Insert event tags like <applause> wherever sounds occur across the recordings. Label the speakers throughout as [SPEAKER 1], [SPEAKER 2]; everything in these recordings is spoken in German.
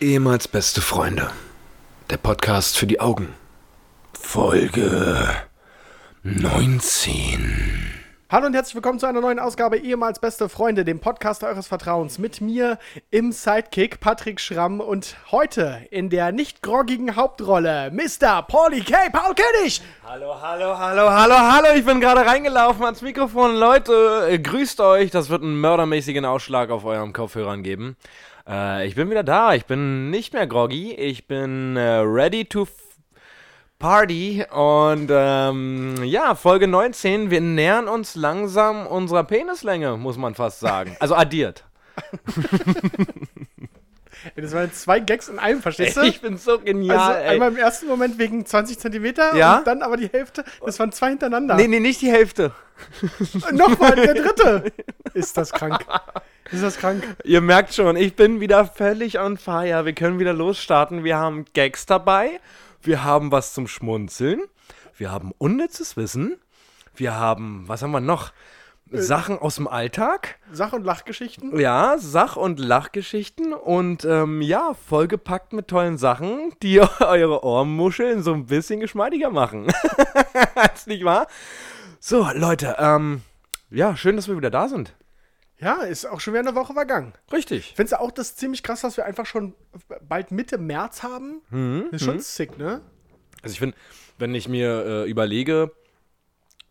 [SPEAKER 1] Ehemals beste Freunde. Der Podcast für die Augen.
[SPEAKER 2] Folge 19.
[SPEAKER 3] Hallo und herzlich willkommen zu einer neuen Ausgabe ehemals beste Freunde, dem Podcast eures Vertrauens mit mir im Sidekick Patrick Schramm und heute in der nicht groggigen Hauptrolle Mr. Pauli K. Paul König.
[SPEAKER 4] Hallo, hallo, hallo, hallo, hallo. Ich bin gerade reingelaufen ans Mikrofon. Leute, äh, grüßt euch. Das wird einen mördermäßigen Ausschlag auf eurem Kopfhörern geben. Äh, ich bin wieder da. Ich bin nicht mehr groggy. Ich bin äh, ready to f- Party. Und ähm, ja, Folge 19. Wir nähern uns langsam unserer Penislänge, muss man fast sagen. Also addiert.
[SPEAKER 3] Das waren zwei Gags in einem, verstehst du?
[SPEAKER 4] Ich bin so genial.
[SPEAKER 3] also
[SPEAKER 4] ey.
[SPEAKER 3] einmal im ersten Moment wegen 20 Zentimeter
[SPEAKER 4] Ja?
[SPEAKER 3] und dann aber die Hälfte. Das waren zwei hintereinander.
[SPEAKER 4] nee, nee, nicht die Hälfte. <laughs>
[SPEAKER 3] Nochmal der dritte. Ist das krank? Ist das krank?
[SPEAKER 4] Ihr merkt schon, ich bin wieder völlig on fire. Wir können wieder losstarten. Wir haben Gags dabei. Wir haben was zum Schmunzeln. Wir haben unnützes Wissen. Wir haben, was haben wir noch?
[SPEAKER 3] Äh.
[SPEAKER 4] Sachen aus dem Alltag.
[SPEAKER 3] Sach- und Lachgeschichten.
[SPEAKER 4] Ja, Sach- und Lachgeschichten. Und ähm, ja, vollgepackt mit tollen Sachen, die <laughs> eure Ohrmuscheln so ein bisschen geschmeidiger machen. <laughs> Ist nicht wahr? So, Leute, ähm, ja, schön, dass wir wieder da sind.
[SPEAKER 3] Ja, ist auch schon wieder eine Woche vergangen.
[SPEAKER 4] Richtig.
[SPEAKER 3] Findest du auch das ziemlich krass, dass wir einfach schon bald Mitte März haben?
[SPEAKER 4] Hm,
[SPEAKER 3] Das ist schon sick, ne?
[SPEAKER 4] Also ich finde, wenn ich mir äh, überlege,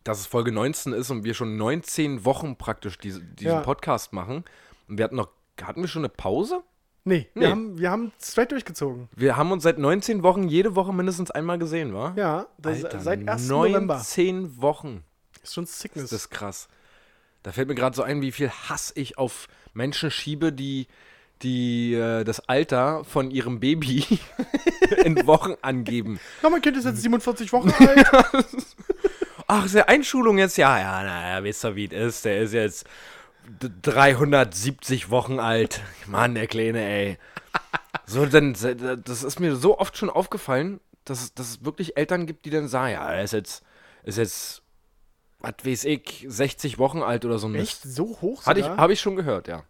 [SPEAKER 4] dass es Folge 19 ist und wir schon 19 Wochen praktisch diese, diesen
[SPEAKER 3] Ja.
[SPEAKER 4] Podcast machen und wir hatten noch, hatten wir schon eine Pause?
[SPEAKER 3] Nee,
[SPEAKER 4] Nee.
[SPEAKER 3] Wir, haben, wir haben straight durchgezogen.
[SPEAKER 4] Wir haben uns seit 19 Wochen jede Woche mindestens einmal gesehen, wa?
[SPEAKER 3] Ja, das
[SPEAKER 4] Alter,
[SPEAKER 3] Also seit 1.
[SPEAKER 4] 19
[SPEAKER 3] November.
[SPEAKER 4] Wochen.
[SPEAKER 3] Ist schon Sickness.
[SPEAKER 4] Das ist krass. Da fällt mir gerade so ein, wie viel Hass ich auf Menschen schiebe, die, die äh, das Alter von ihrem Baby <laughs> in Wochen angeben.
[SPEAKER 3] ja, mein Kind ist
[SPEAKER 4] Hm.
[SPEAKER 3] jetzt
[SPEAKER 4] <laughs>
[SPEAKER 3] 47 Wochen alt.
[SPEAKER 4] Ach, ist der Einschulung jetzt? Ja, ja, naja, wisst ihr, wie es ist. Der ist jetzt d- 370 Wochen alt. Mann, der Kleine, ey. So, dann, das ist mir so oft schon aufgefallen, dass, dass es wirklich Eltern gibt, die dann sagen, ja, er ist jetzt, ist jetzt, was weiß ich, 60 Wochen alt oder so. ein
[SPEAKER 3] Echt?
[SPEAKER 4] Mist.
[SPEAKER 3] So hoch
[SPEAKER 4] Hatte ich,
[SPEAKER 3] sogar?
[SPEAKER 4] habe ich schon gehört, ja.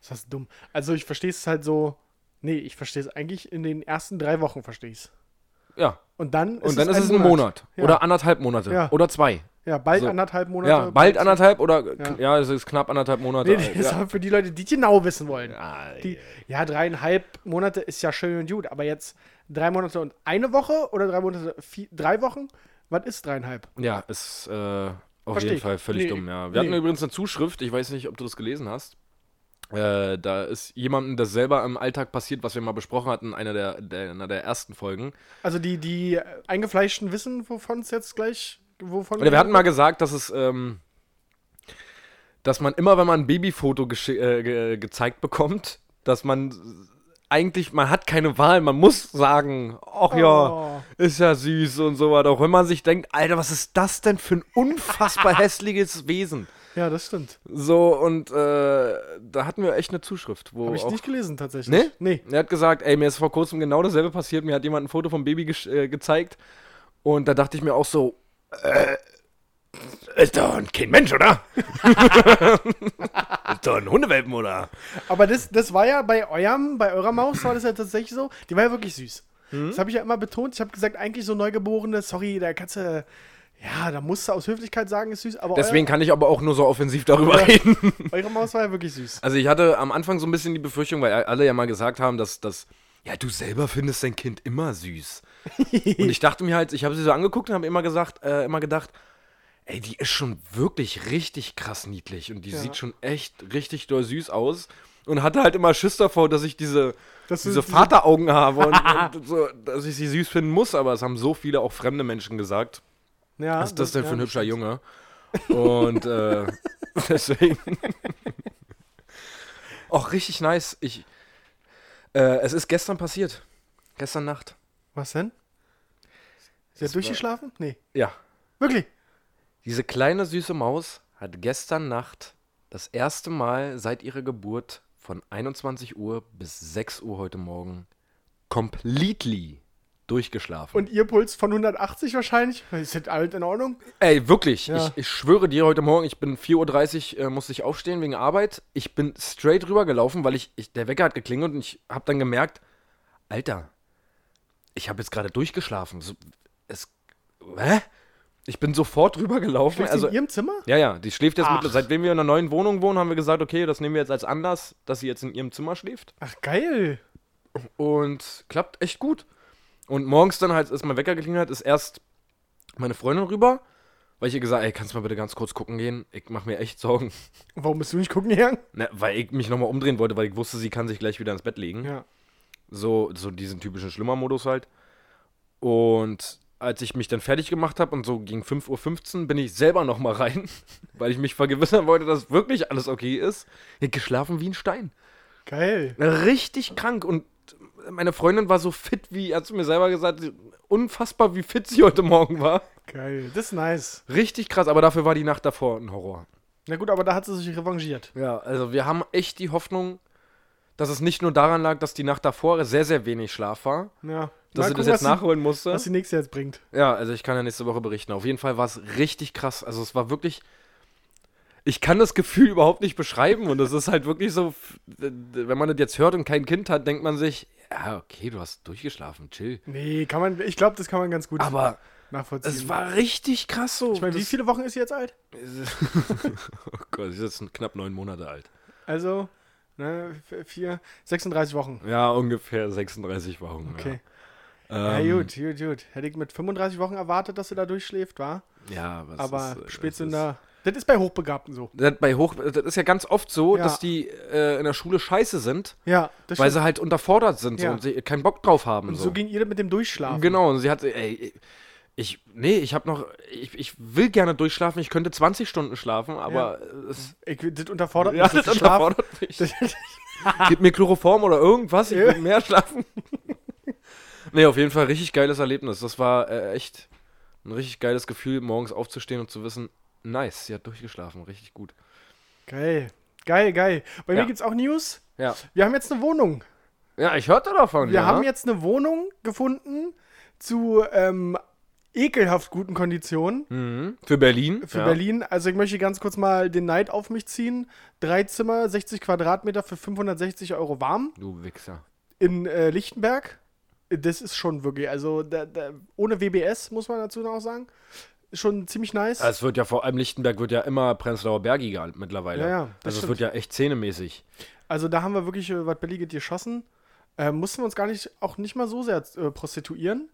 [SPEAKER 3] Ist das dumm? Also ich verstehe es halt so. Nee, ich verstehe es eigentlich in den ersten drei Wochen verstehe ich es.
[SPEAKER 4] Ja.
[SPEAKER 3] Und dann
[SPEAKER 4] Und dann ist es ein Monat.
[SPEAKER 3] Ja.
[SPEAKER 4] Oder anderthalb Monate.
[SPEAKER 3] Ja.
[SPEAKER 4] Oder zwei.
[SPEAKER 3] Ja, bald
[SPEAKER 4] So.
[SPEAKER 3] anderthalb Monate.
[SPEAKER 4] Ja, bald anderthalb oder, ja,
[SPEAKER 3] Ja.
[SPEAKER 4] es ist knapp anderthalb Monate.
[SPEAKER 3] Nee,
[SPEAKER 4] alt,
[SPEAKER 3] das
[SPEAKER 4] ja.
[SPEAKER 3] war für die Leute, die genau wissen wollen.
[SPEAKER 4] Ah,
[SPEAKER 3] Die, ja, dreieinhalb Monate ist ja schön und gut, aber jetzt drei Monate und eine Woche oder drei Monate, vier, drei Wochen? Was ist dreieinhalb?
[SPEAKER 4] Ja, ist äh, auf
[SPEAKER 3] Versteh
[SPEAKER 4] jeden
[SPEAKER 3] ich.
[SPEAKER 4] Fall völlig
[SPEAKER 3] Nee,
[SPEAKER 4] dumm, ja.
[SPEAKER 3] nee.
[SPEAKER 4] Wir hatten übrigens eine Zuschrift, ich weiß nicht, ob du das gelesen hast. Äh, da ist jemandem das selber im Alltag passiert, was wir mal besprochen hatten, in einer der, der, einer der ersten Folgen.
[SPEAKER 3] Also die, die äh, Eingefleischten wissen, wovon es jetzt gleich, wovon...
[SPEAKER 4] Oder wir hatten mal gesagt, dass es, ähm, dass man immer, wenn man ein Babyfoto geschi- äh, ge gezeigt bekommt, dass man eigentlich, man hat keine Wahl, man muss sagen, ach
[SPEAKER 3] Oh.
[SPEAKER 4] ja, ist ja süß und so weiter. Auch wenn man sich denkt, Alter, was ist das denn für ein unfassbar <laughs> hässliches Wesen?
[SPEAKER 3] Ja, das stimmt.
[SPEAKER 4] So, und äh, da hatten wir echt eine Zuschrift, wo
[SPEAKER 3] Habe ich
[SPEAKER 4] Oh, auch.
[SPEAKER 3] nicht gelesen tatsächlich.
[SPEAKER 4] Nee?
[SPEAKER 3] Nee.
[SPEAKER 4] Er hat gesagt, ey, mir ist vor kurzem genau dasselbe passiert. Mir hat jemand ein Foto vom Baby gesch- äh, gezeigt. Und da dachte ich mir auch so, äh, ist doch ein- kein Mensch,
[SPEAKER 3] <laughs>
[SPEAKER 4] oder? ist doch ein Hundewelpen, oder?
[SPEAKER 3] Aber das, das war ja bei eurem, bei eurer Maus war das ja tatsächlich so, die war ja wirklich süß.
[SPEAKER 4] Mhm.
[SPEAKER 3] Das habe ich ja immer betont. Ich habe gesagt, eigentlich so Neugeborene, sorry, der Katze, ja, da musst du aus Höflichkeit sagen, ist süß, aber
[SPEAKER 4] Deswegen kann ich aber auch nur so offensiv darüber reden.
[SPEAKER 3] Eure, eure Maus war ja wirklich süß.
[SPEAKER 4] Also ich hatte am Anfang so ein bisschen die Befürchtung, weil alle ja mal gesagt haben, dass das ja du selber findest dein Kind immer süß. und ich dachte mir halt, ich habe sie so angeguckt und habe immer gesagt, äh, immer gedacht, ey, die ist schon wirklich richtig krass niedlich und die sieht schon echt richtig doll süß aus und hatte halt immer Schiss davor, dass ich diese
[SPEAKER 3] Dass du
[SPEAKER 4] diese
[SPEAKER 3] diese-
[SPEAKER 4] Vateraugen habe und, und so, dass ich sie süß finden muss, aber es haben so viele auch fremde Menschen gesagt.
[SPEAKER 3] Ja,
[SPEAKER 4] Was ist das denn für ein
[SPEAKER 3] ja.
[SPEAKER 4] hübscher Junge? Und äh, <laughs> deswegen. Auch richtig nice. Ich, äh, es ist gestern passiert. Gestern Nacht.
[SPEAKER 3] Was denn? Ist er durchgeschlafen? Nee.
[SPEAKER 4] Ja.
[SPEAKER 3] Wirklich?
[SPEAKER 4] Diese kleine süße Maus hat gestern Nacht das erste Mal seit ihrer Geburt von 21 Uhr bis 6 Uhr heute Morgen completely durchgeschlafen.
[SPEAKER 3] Und ihr Puls von 180 wahrscheinlich? Ist das alles in Ordnung?
[SPEAKER 4] Ey, wirklich.
[SPEAKER 3] Ja.
[SPEAKER 4] Ich, ich schwöre dir, heute Morgen, ich bin 4.30 Uhr, äh, musste ich aufstehen wegen Arbeit. Ich bin straight rübergelaufen, weil ich, ich der Wecker hat geklingelt und ich habe dann gemerkt, Alter, ich habe jetzt gerade durchgeschlafen. So, es, hä? Ich bin sofort rübergelaufen.
[SPEAKER 3] Schläfst du
[SPEAKER 4] Also,
[SPEAKER 3] in ihrem Zimmer?
[SPEAKER 4] ja, ja, die schläft jetzt
[SPEAKER 3] Ach.
[SPEAKER 4] mit, seitdem wir in einer neuen Wohnung wohnen, haben wir gesagt, okay, das nehmen wir jetzt als Anlass, dass sie jetzt in ihrem Zimmer schläft.
[SPEAKER 3] Ach, geil.
[SPEAKER 4] Und klappt echt gut. Und morgens dann halt, als mein Wecker geklingelt hat, ist erst meine Freundin rüber, weil ich ihr gesagt, ey, kannst du mal bitte ganz kurz gucken gehen? Ich mache mir echt Sorgen. <laughs>
[SPEAKER 3] Warum bist du nicht gucken gegangen?
[SPEAKER 4] Ne, weil ich mich nochmal umdrehen wollte, weil ich wusste, sie kann sich gleich wieder ins Bett legen.
[SPEAKER 3] Ja.
[SPEAKER 4] So, so diesen typischen Schlimmer-Modus halt. Und als ich mich dann fertig gemacht habe und so gegen 5.15 Uhr bin ich selber nochmal rein, <laughs> weil ich mich vergewissern wollte, dass wirklich alles okay ist. Ich hab geschlafen wie ein Stein.
[SPEAKER 3] Geil.
[SPEAKER 4] Richtig krank und meine Freundin war so fit wie, hat sie mir selber gesagt, unfassbar wie fit sie heute Morgen war.
[SPEAKER 3] Geil. Das ist nice.
[SPEAKER 4] Richtig krass, aber dafür war die Nacht davor ein Horror.
[SPEAKER 3] Na gut, aber da hat sie sich revanchiert.
[SPEAKER 4] Ja, also wir haben echt die Hoffnung, dass es nicht nur daran lag, dass die Nacht davor sehr, sehr wenig Schlaf war,
[SPEAKER 3] Ja.
[SPEAKER 4] dass sie das
[SPEAKER 3] Mal gucken,
[SPEAKER 4] jetzt
[SPEAKER 3] was sie-
[SPEAKER 4] nachholen musste.
[SPEAKER 3] Was die nächste jetzt bringt.
[SPEAKER 4] Ja, also ich kann ja nächste Woche berichten. Auf jeden Fall war es richtig krass. Also es war wirklich. Ich kann das Gefühl <laughs> überhaupt nicht beschreiben und es ist halt wirklich so, f- d- d- wenn man das jetzt hört und kein Kind hat, denkt man sich, ja, okay, du hast durchgeschlafen, chill.
[SPEAKER 3] Nee, kann man, ich glaube, das kann man ganz gut
[SPEAKER 4] Aber
[SPEAKER 3] nachvollziehen.
[SPEAKER 4] es war richtig krass so.
[SPEAKER 3] ich meine,
[SPEAKER 4] <laughs>
[SPEAKER 3] wie
[SPEAKER 4] Das-
[SPEAKER 3] viele Wochen ist sie jetzt alt?
[SPEAKER 4] <laughs> oh Gott, sie ist jetzt knapp neun Monate alt.
[SPEAKER 3] Also, ne, f- vier, 36 Wochen.
[SPEAKER 4] Ja, ungefähr 36 Wochen.
[SPEAKER 3] Okay.
[SPEAKER 4] Ja,
[SPEAKER 3] Ja,
[SPEAKER 4] ähm,
[SPEAKER 3] gut, gut, gut. Hätte ich mit 35 Wochen erwartet, dass sie da durchschläft, war.
[SPEAKER 4] ja was
[SPEAKER 3] Aber
[SPEAKER 4] ist, äh, es ist-
[SPEAKER 3] spätsünder. Das ist bei Hochbegabten so.
[SPEAKER 4] Das, bei Hoch, das ist ja ganz oft so,
[SPEAKER 3] Ja.
[SPEAKER 4] dass die äh, in der Schule scheiße sind,
[SPEAKER 3] Ja, das
[SPEAKER 4] weil
[SPEAKER 3] stimmt.
[SPEAKER 4] sie halt unterfordert sind so,
[SPEAKER 3] Ja.
[SPEAKER 4] und sie keinen Bock drauf haben.
[SPEAKER 3] Und so ging ihr das mit dem Durchschlafen.
[SPEAKER 4] Genau, und sie hat, ey, ich, nee, ich habe noch, ich, ich will gerne durchschlafen, ich könnte 20 Stunden schlafen, aber es,
[SPEAKER 3] Ich, das unterfordert
[SPEAKER 4] ja,
[SPEAKER 3] mich,
[SPEAKER 4] das
[SPEAKER 3] zu schlafen.
[SPEAKER 4] unterfordert <laughs> mich. Gib mir Chloroform oder irgendwas, ich will mehr schlafen. <laughs> nee, auf jeden Fall richtig geiles Erlebnis. Das war äh, echt ein richtig geiles Gefühl, morgens aufzustehen und zu wissen, nice, sie hat durchgeschlafen, richtig gut.
[SPEAKER 3] Geil. Geil, geil. Bei
[SPEAKER 4] Ja.
[SPEAKER 3] mir gibt's auch News.
[SPEAKER 4] Ja,
[SPEAKER 3] Wir haben jetzt eine Wohnung.
[SPEAKER 4] ja ich hörte davon,
[SPEAKER 3] Wir
[SPEAKER 4] ja.
[SPEAKER 3] haben jetzt eine Wohnung gefunden zu ähm, ekelhaft guten Konditionen
[SPEAKER 4] mhm. Für Berlin.
[SPEAKER 3] für
[SPEAKER 4] ja.
[SPEAKER 3] Berlin. Also ich möchte ganz kurz mal den Neid auf mich ziehen. Drei Zimmer, 60 Quadratmeter für 560 Euro warm
[SPEAKER 4] Du Wichser.
[SPEAKER 3] in äh, Lichtenberg. Das ist schon wirklich, also da, da, ohne WBS muss man dazu noch sagen. Schon ziemlich nice.
[SPEAKER 4] Es wird ja vor allem Lichtenberg wird ja immer Prenzlauer Bergiger mittlerweile.
[SPEAKER 3] Ja, ja, das
[SPEAKER 4] also es wird ja echt zähnemäßig.
[SPEAKER 3] Also da haben wir wirklich äh, was Billiges geschossen. Äh, mussten wir uns gar nicht, auch nicht mal so sehr äh, prostituieren.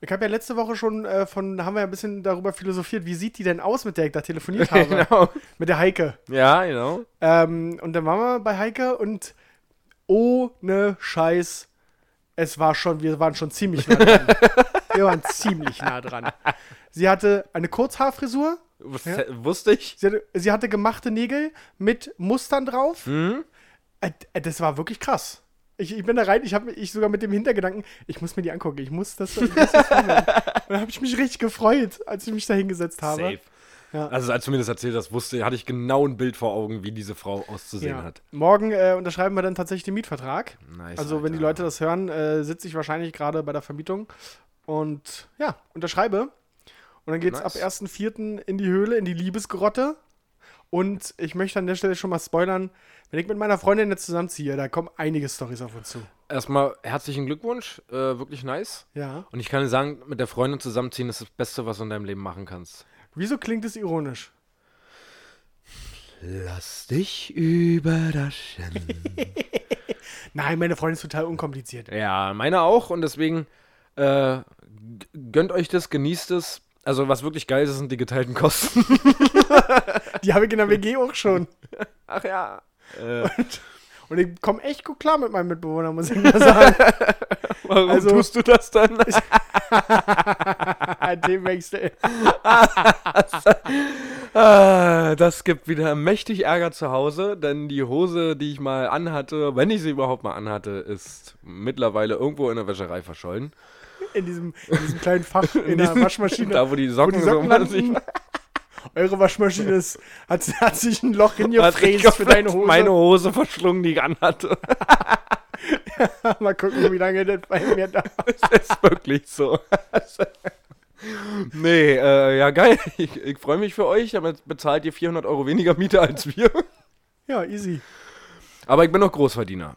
[SPEAKER 3] Ich habe ja letzte Woche schon äh, von, haben wir ja ein bisschen darüber philosophiert, wie sieht die denn aus, mit der ich da telefoniert <laughs> habe. Mit der Heike.
[SPEAKER 4] Ja, genau.
[SPEAKER 3] Ähm, und dann waren wir bei Heike und ohne Scheiß, es war schon, wir waren schon ziemlich nah dran. wir waren ziemlich nah dran. Sie hatte eine Kurzhaarfrisur,
[SPEAKER 4] Wus- Wusste ich.
[SPEAKER 3] sie hatte, sie hatte gemachte Nägel mit Mustern drauf. Äh, äh, das war wirklich krass. Ich, ich bin da rein, ich habe ich sogar mit dem Hintergedanken, ich muss mir die angucken, ich muss das. Ich muss das anhören. und da habe ich mich richtig gefreut, als ich mich da hingesetzt habe. Ja.
[SPEAKER 4] Also als du mir das erzählt hast, wusste, hatte ich genau ein Bild vor Augen, wie diese Frau auszusehen hat. Mhm.
[SPEAKER 3] Morgen äh, unterschreiben wir dann tatsächlich den Mietvertrag.
[SPEAKER 4] Nice,
[SPEAKER 3] also, wenn die
[SPEAKER 4] Alter.
[SPEAKER 3] Leute das hören, äh, sitze ich wahrscheinlich gerade bei der Vermietung und ja, unterschreibe. Und dann geht's
[SPEAKER 4] Nice.
[SPEAKER 3] ab 1.4. in die Höhle, in die Liebesgrotte. Und ich möchte an der Stelle schon mal spoilern, wenn ich mit meiner Freundin jetzt zusammenziehe, da kommen einige Stories auf uns zu.
[SPEAKER 4] Erstmal herzlichen Glückwunsch, äh, wirklich nice.
[SPEAKER 3] Ja.
[SPEAKER 4] Und ich kann dir sagen, mit der Freundin zusammenziehen ist das Beste, was du in deinem Leben machen kannst.
[SPEAKER 3] Wieso klingt es ironisch?
[SPEAKER 4] Lass dich überraschen.
[SPEAKER 3] Nein, meine Freundin ist total unkompliziert.
[SPEAKER 4] <laughs> Ja, meine auch und deswegen äh, g- gönnt euch das, genießt es. Also was wirklich geil ist, sind die geteilten Kosten. <laughs>
[SPEAKER 3] Die habe ich in der WG auch schon.
[SPEAKER 4] Ach ja. Äh,
[SPEAKER 3] Und ich komme echt gut klar mit meinem Mitbewohner, muss ich <laughs> mal sagen.
[SPEAKER 4] Warum
[SPEAKER 3] Also-
[SPEAKER 4] tust du das dann?
[SPEAKER 3] Dem wechsel.
[SPEAKER 4] Ah, das gibt wieder mächtig Ärger zu Hause, denn die Hose, die ich mal anhatte, wenn ich sie überhaupt mal anhatte, ist mittlerweile irgendwo in der Wäscherei verschollen.
[SPEAKER 3] In diesem, in diesem kleinen Fach in, der
[SPEAKER 4] diesem-
[SPEAKER 3] Waschmaschine.
[SPEAKER 4] Da, wo die Socken,
[SPEAKER 3] die Socken
[SPEAKER 4] so man sich
[SPEAKER 3] landen. <laughs> Eure Waschmaschine ist, hat, hat sich ein Loch in ihr
[SPEAKER 4] hat sich
[SPEAKER 3] Fräs für deine <laughs>
[SPEAKER 4] komplett
[SPEAKER 3] Hose.
[SPEAKER 4] meine Hose verschlungen, die ich anhatte. <laughs>
[SPEAKER 3] Mal gucken, wie lange das bei mir da
[SPEAKER 4] Das ist wirklich so. <laughs> Nee, äh, ja geil. Ich, ich freue mich für euch. Damit bezahlt ihr 400 Euro weniger Miete als wir.
[SPEAKER 3] Ja, easy.
[SPEAKER 4] Aber ich bin noch Großverdiener.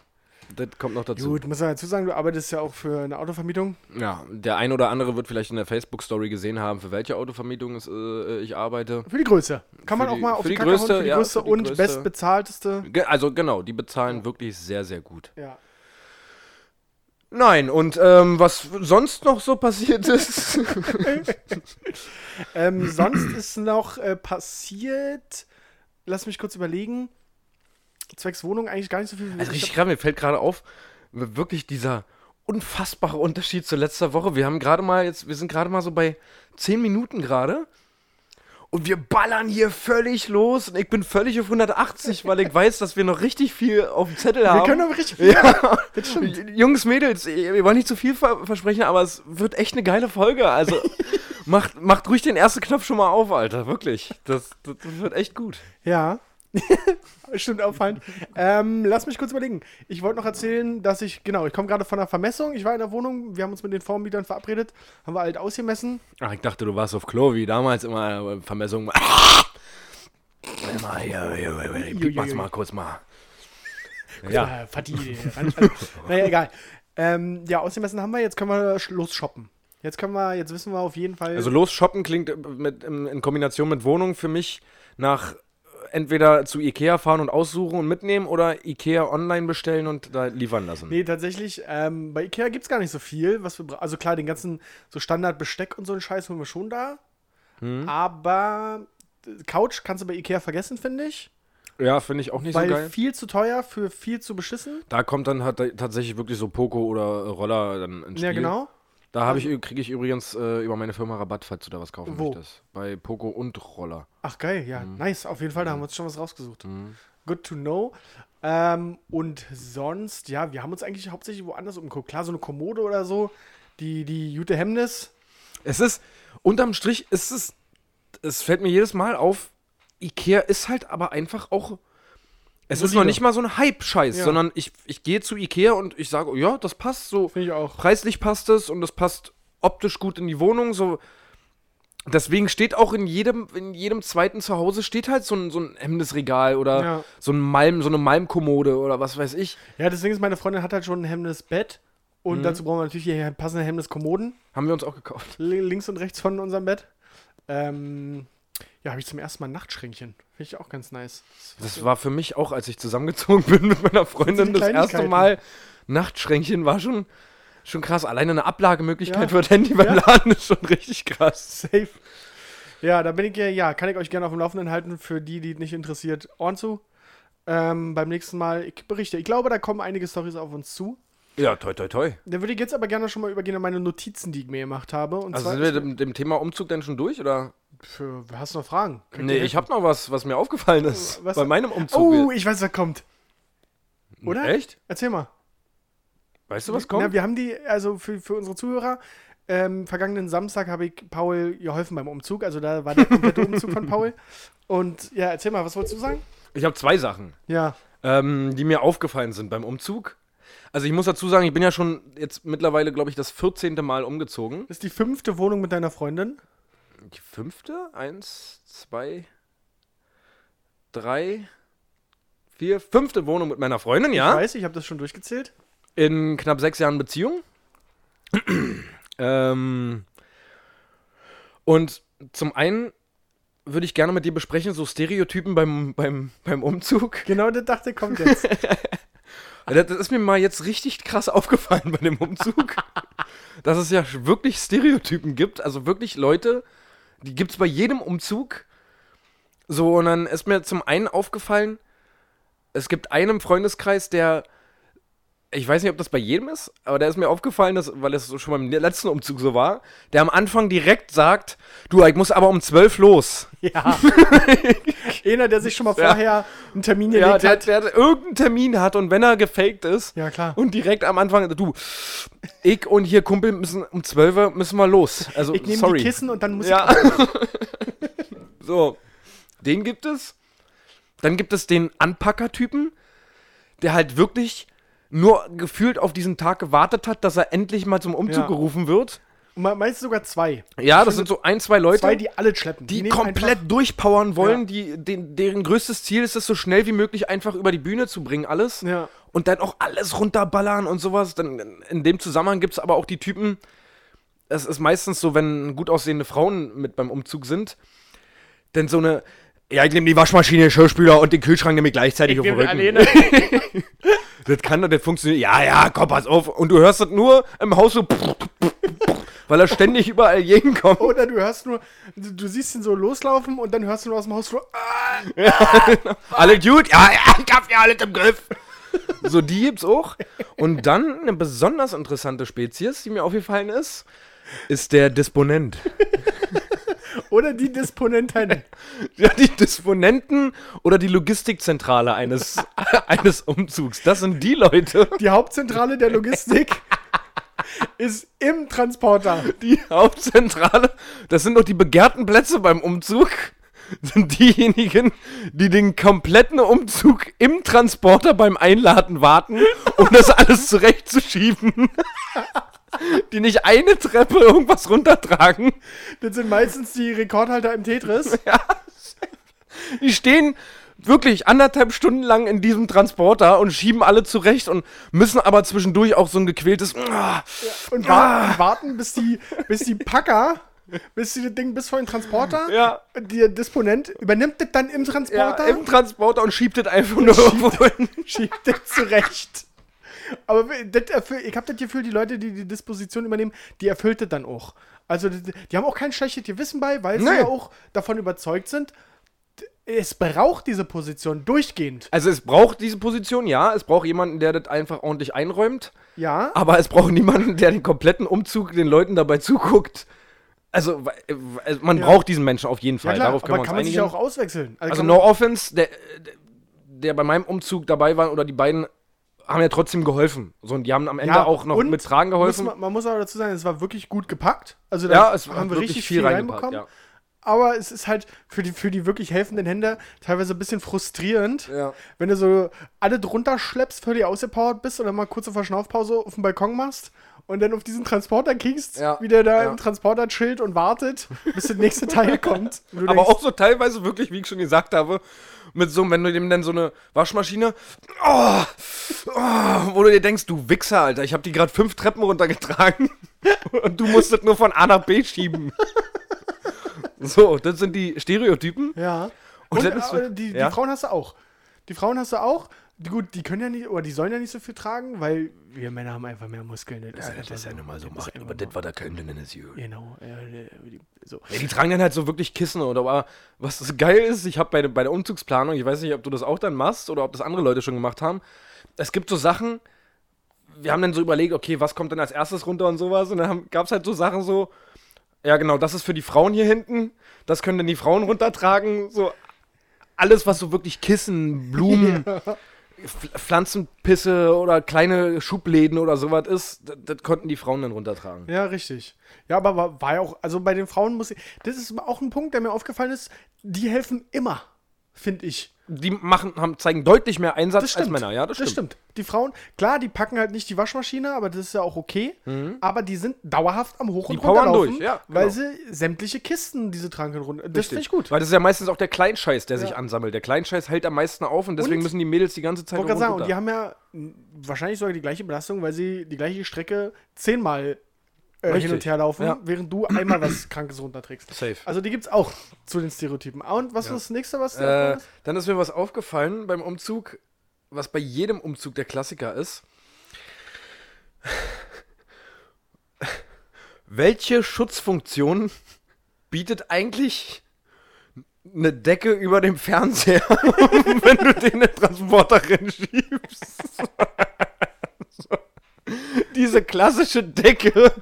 [SPEAKER 4] Das kommt noch dazu.
[SPEAKER 3] Gut, muss man dazu sagen, du arbeitest ja auch für eine Autovermietung.
[SPEAKER 4] Ja, der ein oder andere wird vielleicht in der Facebook-Story gesehen haben, für welche Autovermietung es, äh, ich arbeite.
[SPEAKER 3] Für die Größe. Kann man
[SPEAKER 4] Für
[SPEAKER 3] auch
[SPEAKER 4] die-
[SPEAKER 3] mal auf
[SPEAKER 4] für
[SPEAKER 3] die,
[SPEAKER 4] die
[SPEAKER 3] Kacke
[SPEAKER 4] größte,
[SPEAKER 3] hauen, für die
[SPEAKER 4] ja,
[SPEAKER 3] größte
[SPEAKER 4] für die
[SPEAKER 3] und
[SPEAKER 4] größte.
[SPEAKER 3] bestbezahlteste.
[SPEAKER 4] Ge- Also genau, die bezahlen wirklich sehr, sehr gut.
[SPEAKER 3] Ja.
[SPEAKER 4] Nein, und ähm, was sonst noch so passiert <laughs> ist.
[SPEAKER 3] Ähm, sonst ist noch äh, passiert, lass mich kurz überlegen, zwecks Wohnung eigentlich gar nicht so viel.
[SPEAKER 4] also ich gerade, mir fällt gerade auf, wirklich dieser unfassbare Unterschied zu letzter Woche. Wir haben gerade mal jetzt, wir sind gerade mal so bei 10 Minuten gerade. Und wir ballern hier völlig los und ich bin völlig auf 180, weil ich weiß, dass wir noch richtig viel auf dem Zettel haben.
[SPEAKER 3] wir können aber richtig viel.
[SPEAKER 4] Ja, Jungs, Mädels, eh, wir wollen nicht zu viel ver versprechen, aber es wird echt eine geile Folge. <laughs> Also macht, macht ruhig den ersten Knopf schon mal auf, Alter. Wirklich. Das, das wird echt gut.
[SPEAKER 3] Ja. <laughs> Stimmt, auffallend. ähm, lass mich kurz überlegen. Ich wollte noch erzählen, dass ich, genau, ich komme gerade von einer Vermessung. Ich war in der Wohnung, wir haben uns mit den Vormietern verabredet, haben wir alt ausgemessen.
[SPEAKER 4] Ach, Ah, ich dachte, du warst auf Klo, wie damals immer äh, <laughs> Vermessung. Mal hier, hier, hier, hier, piep mal's mal kurz mal. Ja,
[SPEAKER 3] Äh, Fatih. also, <laughs> naja, egal. Ähm, ja, ausgemessen haben wir, jetzt können wir sch- los shoppen. Jetzt können wir, jetzt wissen wir auf jeden Fall.
[SPEAKER 4] also los shoppen klingt äh, mit, in, in Kombination mit Wohnung für mich nach äh, entweder zu Ikea fahren und aussuchen und mitnehmen oder Ikea online bestellen und da liefern lassen.
[SPEAKER 3] Nee, tatsächlich, ähm, bei Ikea gibt es gar nicht so viel, was wir bra- Also klar, den ganzen so Standard-Besteck und so einen Scheiß holen wir schon da.
[SPEAKER 4] Hm.
[SPEAKER 3] Aber äh, Couch kannst du bei Ikea vergessen, finde ich.
[SPEAKER 4] Ja, finde ich auch nicht
[SPEAKER 3] Weil
[SPEAKER 4] so geil.
[SPEAKER 3] viel zu teuer für viel zu beschissen.
[SPEAKER 4] Da kommt dann halt tatsächlich wirklich so Poco oder äh, Roller dann ins Spiel.
[SPEAKER 3] Ja, genau.
[SPEAKER 4] Da habe ich, kriege ich übrigens äh, über meine Firma Rabatt, falls du da was kaufen
[SPEAKER 3] Wo?
[SPEAKER 4] möchtest. Bei Poco und Roller.
[SPEAKER 3] Ach geil, ja, nice. Auf jeden Fall, da haben wir uns schon was rausgesucht. Good to know. Ähm, und sonst, ja, wir haben uns eigentlich hauptsächlich woanders umgeguckt. Klar, so eine Kommode oder so, die, die Jute Hemnis.
[SPEAKER 4] Es ist, unterm Strich ist es, es fällt mir jedes Mal auf, Ikea ist halt aber einfach auch, es ist noch
[SPEAKER 3] Solide.
[SPEAKER 4] nicht mal so ein Hype-Scheiß,
[SPEAKER 3] Ja.
[SPEAKER 4] sondern ich, ich gehe zu Ikea und ich sage, oh ja, das passt so.
[SPEAKER 3] Finde ich auch.
[SPEAKER 4] preislich passt es und es passt optisch gut in die Wohnung. So. Deswegen steht auch in jedem, in jedem zweiten Zuhause steht halt so ein, so ein Hemdesregal oder
[SPEAKER 3] Ja.
[SPEAKER 4] so ein Malm, so eine Malmkommode oder was weiß ich.
[SPEAKER 3] Ja, deswegen ist meine Freundin hat halt schon ein Hemnis-Bett. Und dazu brauchen wir natürlich hier passende Hemnis-Kommoden.
[SPEAKER 4] Haben wir uns auch gekauft.
[SPEAKER 3] li- links und rechts von unserem Bett. Ähm, ja, habe ich zum ersten Mal ein Nachtschränkchen. Finde ich auch ganz nice.
[SPEAKER 4] Das war für mich auch, als ich zusammengezogen <laughs> bin mit meiner Freundin,
[SPEAKER 3] die
[SPEAKER 4] das erste
[SPEAKER 3] Kleinigkeiten.
[SPEAKER 4] Mal. Nachtschränkchen war schon, schon krass. Alleine eine Ablagemöglichkeit
[SPEAKER 3] Ja.
[SPEAKER 4] für das Handy beim
[SPEAKER 3] Ja.
[SPEAKER 4] Laden ist schon richtig krass.
[SPEAKER 3] Safe. Ja, da bin ich äh, ja, ja, kann ich euch gerne auf dem Laufenden halten für die, die nicht interessiert, Ohren zu. Ähm, beim nächsten Mal, ich berichte. Ich glaube, da kommen einige Stories auf uns zu.
[SPEAKER 4] Ja, toi, toi, toi.
[SPEAKER 3] Dann würde ich jetzt aber gerne schon mal übergehen an meine Notizen, die ich mir gemacht habe. Und
[SPEAKER 4] Also
[SPEAKER 3] zwar,
[SPEAKER 4] sind wir dem, dem Thema Umzug denn schon durch oder?
[SPEAKER 3] für, hast du noch Fragen? Kriegt
[SPEAKER 4] Nee,
[SPEAKER 3] ihr
[SPEAKER 4] ich
[SPEAKER 3] helfen?
[SPEAKER 4] habe noch was, was mir aufgefallen ist.
[SPEAKER 3] Was-
[SPEAKER 4] Bei meinem Umzug.
[SPEAKER 3] Oh, ich weiß, was kommt. oder?
[SPEAKER 4] Echt?
[SPEAKER 3] Erzähl mal.
[SPEAKER 4] Weißt du, was
[SPEAKER 3] Na,
[SPEAKER 4] kommt?
[SPEAKER 3] wir haben die, also für, für unsere Zuhörer, ähm, vergangenen Samstag habe ich Paul geholfen beim Umzug. Also da war der komplette Umzug von
[SPEAKER 4] <laughs>
[SPEAKER 3] Paul. Und ja, erzähl mal, was wolltest du sagen?
[SPEAKER 4] Ich habe zwei Sachen,
[SPEAKER 3] Ja.
[SPEAKER 4] ähm, die mir aufgefallen sind beim Umzug. Also ich muss dazu sagen, ich bin ja schon jetzt mittlerweile, glaube ich, das 14. Mal umgezogen.
[SPEAKER 3] Das ist die fünfte Wohnung mit deiner Freundin.
[SPEAKER 4] Die fünfte? Eins, zwei, drei, vier, fünfte Wohnung mit meiner Freundin,
[SPEAKER 3] Ich
[SPEAKER 4] ja.
[SPEAKER 3] weiß, ich habe das schon durchgezählt.
[SPEAKER 4] In knapp sechs Jahren Beziehung. <clears throat> ähm, und zum einen würde ich gerne mit dir besprechen, so Stereotypen beim, beim, beim Umzug.
[SPEAKER 3] Genau, das dachte ich, <laughs> kommt jetzt.
[SPEAKER 4] Das, das ist mir mal jetzt richtig krass <laughs> aufgefallen bei dem Umzug, dass es ja sch- wirklich Stereotypen gibt. Also wirklich Leute, die gibt es bei jedem Umzug. So, und dann ist mir zum einen aufgefallen, es gibt einen im Freundeskreis, der, ich weiß nicht, ob das bei jedem ist, aber der ist mir aufgefallen, dass, weil es so schon beim letzten Umzug so war, der am Anfang direkt sagt, du, ich muss aber um 12 los.
[SPEAKER 3] ja. <laughs> Einer, der sich schon mal vorher einen Termin gelegt
[SPEAKER 4] Ja, der,
[SPEAKER 3] hat.
[SPEAKER 4] der irgendeinen Termin hat und wenn er gefaked ist,
[SPEAKER 3] Ja, klar.
[SPEAKER 4] Und direkt am Anfang, du, ich und hier Kumpel müssen um 12 Uhr müssen wir los. Also,
[SPEAKER 3] Ich nehme
[SPEAKER 4] sorry.
[SPEAKER 3] die Kissen und dann muss
[SPEAKER 4] ja. <laughs> so, den gibt es. Dann gibt es den Anpacker-Typen, der halt wirklich nur gefühlt auf diesen Tag gewartet hat, dass er endlich mal zum Umzug
[SPEAKER 3] Ja.
[SPEAKER 4] gerufen wird.
[SPEAKER 3] Me- Meinst du sogar zwei?
[SPEAKER 4] Ja, das sind so ein, zwei Leute,
[SPEAKER 3] Zwei,
[SPEAKER 4] die,
[SPEAKER 3] die alle schleppen. nehmen
[SPEAKER 4] komplett
[SPEAKER 3] einfach-
[SPEAKER 4] durchpowern wollen,
[SPEAKER 3] Ja.
[SPEAKER 4] die, den, deren größtes Ziel ist es, so schnell wie möglich einfach über die Bühne zu bringen, alles.
[SPEAKER 3] Ja.
[SPEAKER 4] Und dann auch alles runterballern und sowas. Dann, in dem Zusammenhang gibt es aber auch die Typen, es ist meistens so, wenn gut aussehende Frauen mit beim Umzug sind, denn so eine, ja, ich nehme die Waschmaschine, den Geschirrspüler und den Kühlschrank nehme ich gleichzeitig auf den Rücken. <laughs> Das kann doch, das funktioniert. Ja, ja, komm, pass auf. Und du hörst das nur im Haus so, <laughs> weil er ständig überall jeden kommt.
[SPEAKER 3] Oder du hörst nur, du, du siehst ihn so loslaufen und dann hörst du nur aus dem Haus so, ah,
[SPEAKER 4] Alle gut? Ja, ja, <laughs> ich hab ja alles im Griff. So, die gibt's auch. Und dann eine besonders interessante Spezies, die mir aufgefallen ist, ist der Disponent.
[SPEAKER 3] oder die Disponentin.
[SPEAKER 4] <laughs> Ja, die Disponenten oder die Logistikzentrale <laughs> eines, eines Umzugs. Das sind die Leute,
[SPEAKER 3] Die Hauptzentrale
[SPEAKER 4] <laughs>
[SPEAKER 3] der Logistik ist im Transporter.
[SPEAKER 4] die <laughs> Hauptzentrale. Das sind doch die begehrten Plätze beim Umzug. <laughs> Sind diejenigen, die den kompletten Umzug im Transporter beim Einladen warten, um <laughs> das alles zurechtzuschieben. <laughs> Die nicht eine Treppe irgendwas runtertragen.
[SPEAKER 3] Das sind meistens die Rekordhalter im Tetris.
[SPEAKER 4] Die stehen wirklich anderthalb Stunden lang in diesem Transporter und schieben alle zurecht und müssen aber zwischendurch auch so ein gequältes.
[SPEAKER 3] und warten,
[SPEAKER 4] Ah.
[SPEAKER 3] warten bis, die, bis die Packer, bis die das Ding bis vor den Transporter,
[SPEAKER 4] Ja.
[SPEAKER 3] der Disponent übernimmt das dann im
[SPEAKER 4] Ja,
[SPEAKER 3] Transporter, <laughs>
[SPEAKER 4] im Transporter und schiebt das einfach nur irgendwo hin.
[SPEAKER 3] schiebt das zurecht. Aber w- das erfüll, ich habe das Gefühl, die Leute, die die Disposition übernehmen, die erfüllt das dann auch. Also das- die haben auch kein schlechtes Gewissen bei, weil sie
[SPEAKER 4] Nee.
[SPEAKER 3] ja auch davon überzeugt sind, d- es braucht diese Position durchgehend.
[SPEAKER 4] Also es braucht diese Position, ja, es braucht jemanden, der das einfach ordentlich einräumt,
[SPEAKER 3] Ja,
[SPEAKER 4] aber es braucht niemanden, der den kompletten Umzug den Leuten dabei zuguckt. Also, we- we- also man braucht diesen Menschen auf jeden
[SPEAKER 3] ja
[SPEAKER 4] Fall,
[SPEAKER 3] klar,
[SPEAKER 4] darauf können
[SPEAKER 3] aber
[SPEAKER 4] wir uns
[SPEAKER 3] kann man
[SPEAKER 4] einigen.
[SPEAKER 3] sich ja auch auswechseln.
[SPEAKER 4] also
[SPEAKER 3] kann
[SPEAKER 4] no
[SPEAKER 3] man-
[SPEAKER 4] offense, der, der bei meinem Umzug dabei war oder die beiden haben ja trotzdem geholfen. So, und die haben am Ende
[SPEAKER 3] Ja,
[SPEAKER 4] auch noch
[SPEAKER 3] und
[SPEAKER 4] mit Tragen
[SPEAKER 3] muss
[SPEAKER 4] geholfen.
[SPEAKER 3] man, man muss aber dazu sagen, es war wirklich gut gepackt. Also da
[SPEAKER 4] ja, es
[SPEAKER 3] haben
[SPEAKER 4] haben
[SPEAKER 3] wir
[SPEAKER 4] wirklich
[SPEAKER 3] richtig
[SPEAKER 4] viel, reingepackt.
[SPEAKER 3] reinbekommen. Aber es ist halt für die, für die wirklich helfenden Hände teilweise ein bisschen frustrierend,
[SPEAKER 4] Ja.
[SPEAKER 3] wenn du so alle drunter schleppst, völlig ausgepowert bist und dann mal kurz auf der Schnaufpause auf den Balkon machst und dann auf diesen Transporter kickst,
[SPEAKER 4] Ja,
[SPEAKER 3] wie der da
[SPEAKER 4] ja.
[SPEAKER 3] im Transporter chillt und wartet, bis das nächste Teil kommt. Und du
[SPEAKER 4] Aber
[SPEAKER 3] denkst,
[SPEAKER 4] auch so teilweise wirklich, wie ich schon gesagt habe, mit so, wenn du dem dann so eine Waschmaschine, oh, oh, wo du dir denkst, du Wichser, Alter, ich habe die gerade fünf Treppen runtergetragen <laughs> und du musst das nur von A nach B schieben. So, das sind die Stereotypen.
[SPEAKER 3] Ja.
[SPEAKER 4] Und
[SPEAKER 3] Und,
[SPEAKER 4] dann ist so-
[SPEAKER 3] äh, die,
[SPEAKER 4] ja?
[SPEAKER 3] die Frauen hast du auch. Die Frauen hast du auch. Die, gut, die können ja nicht, oder die sollen ja nicht so viel tragen, weil wir Männer haben einfach mehr Muskeln. Das,
[SPEAKER 1] Das ist ja nun mal so, macht
[SPEAKER 3] einfach
[SPEAKER 1] aber das, was er könnte, dann ist gut.
[SPEAKER 3] Genau. Äh, die- so.
[SPEAKER 4] Ja, die tragen dann halt so wirklich Kissen oder aber was das geil ist, ich habe bei, der- bei der Umzugsplanung, ich weiß nicht, ob du das auch dann machst oder ob das andere Leute schon gemacht haben. Es gibt so Sachen, wir haben dann so überlegt, okay, was kommt denn als erstes runter und sowas und dann gab es halt so Sachen so ja, genau, das ist für die Frauen hier hinten, das können dann die Frauen runtertragen, so alles was so wirklich Kissen, Blumen, Pf- Pflanzenpisse oder kleine Schubläden oder sowas ist, das- das konnten die Frauen dann runtertragen.
[SPEAKER 3] Ja, richtig. Ja, aber war, war ja auch, also bei den Frauen muss ich, das ist auch ein Punkt, der mir aufgefallen ist, die helfen immer, finde ich.
[SPEAKER 4] die machen, haben, zeigen deutlich mehr Einsatz als Männer, ja, das,
[SPEAKER 3] das
[SPEAKER 4] stimmt.
[SPEAKER 3] stimmt. Die Frauen, klar, die packen halt nicht die Waschmaschine, aber das ist ja auch okay. Aber die sind dauerhaft am Hoch- und
[SPEAKER 4] Mhm. Die powern
[SPEAKER 3] Runterlaufen,
[SPEAKER 4] durch, ja,
[SPEAKER 3] weil
[SPEAKER 4] genau.
[SPEAKER 3] sie sämtliche Kisten, diese Tranken runter. Das finde ich gut.
[SPEAKER 4] Weil das ist ja meistens auch der Kleinscheiß, der sich
[SPEAKER 3] Ja.
[SPEAKER 4] ansammelt. Der Kleinscheiß hält am meisten auf und deswegen
[SPEAKER 3] Und-
[SPEAKER 4] müssen die Mädels die ganze Zeit
[SPEAKER 3] Ich wollte gerade
[SPEAKER 4] nur
[SPEAKER 3] sagen, und die
[SPEAKER 4] runter.
[SPEAKER 3] haben ja mh, wahrscheinlich sogar die gleiche Belastung, weil sie die gleiche Strecke zehnmal äh, hin
[SPEAKER 4] Richtig,
[SPEAKER 3] und her laufen,
[SPEAKER 4] ja.
[SPEAKER 3] während du einmal <clears throat> was Krankes runterträgst.
[SPEAKER 4] Safe.
[SPEAKER 3] Also die gibt's auch zu den Stereotypen. Ah, Und was ist das nächste, was dir
[SPEAKER 4] äh,
[SPEAKER 3] aufgefallen ist?
[SPEAKER 4] dann ist mir was aufgefallen beim Umzug, was bei jedem Umzug der Klassiker ist. Welche Schutzfunktion bietet eigentlich eine Decke über dem Fernseher, <laughs> wenn du den in den Transporter <laughs> schiebst? Diese klassische Decke,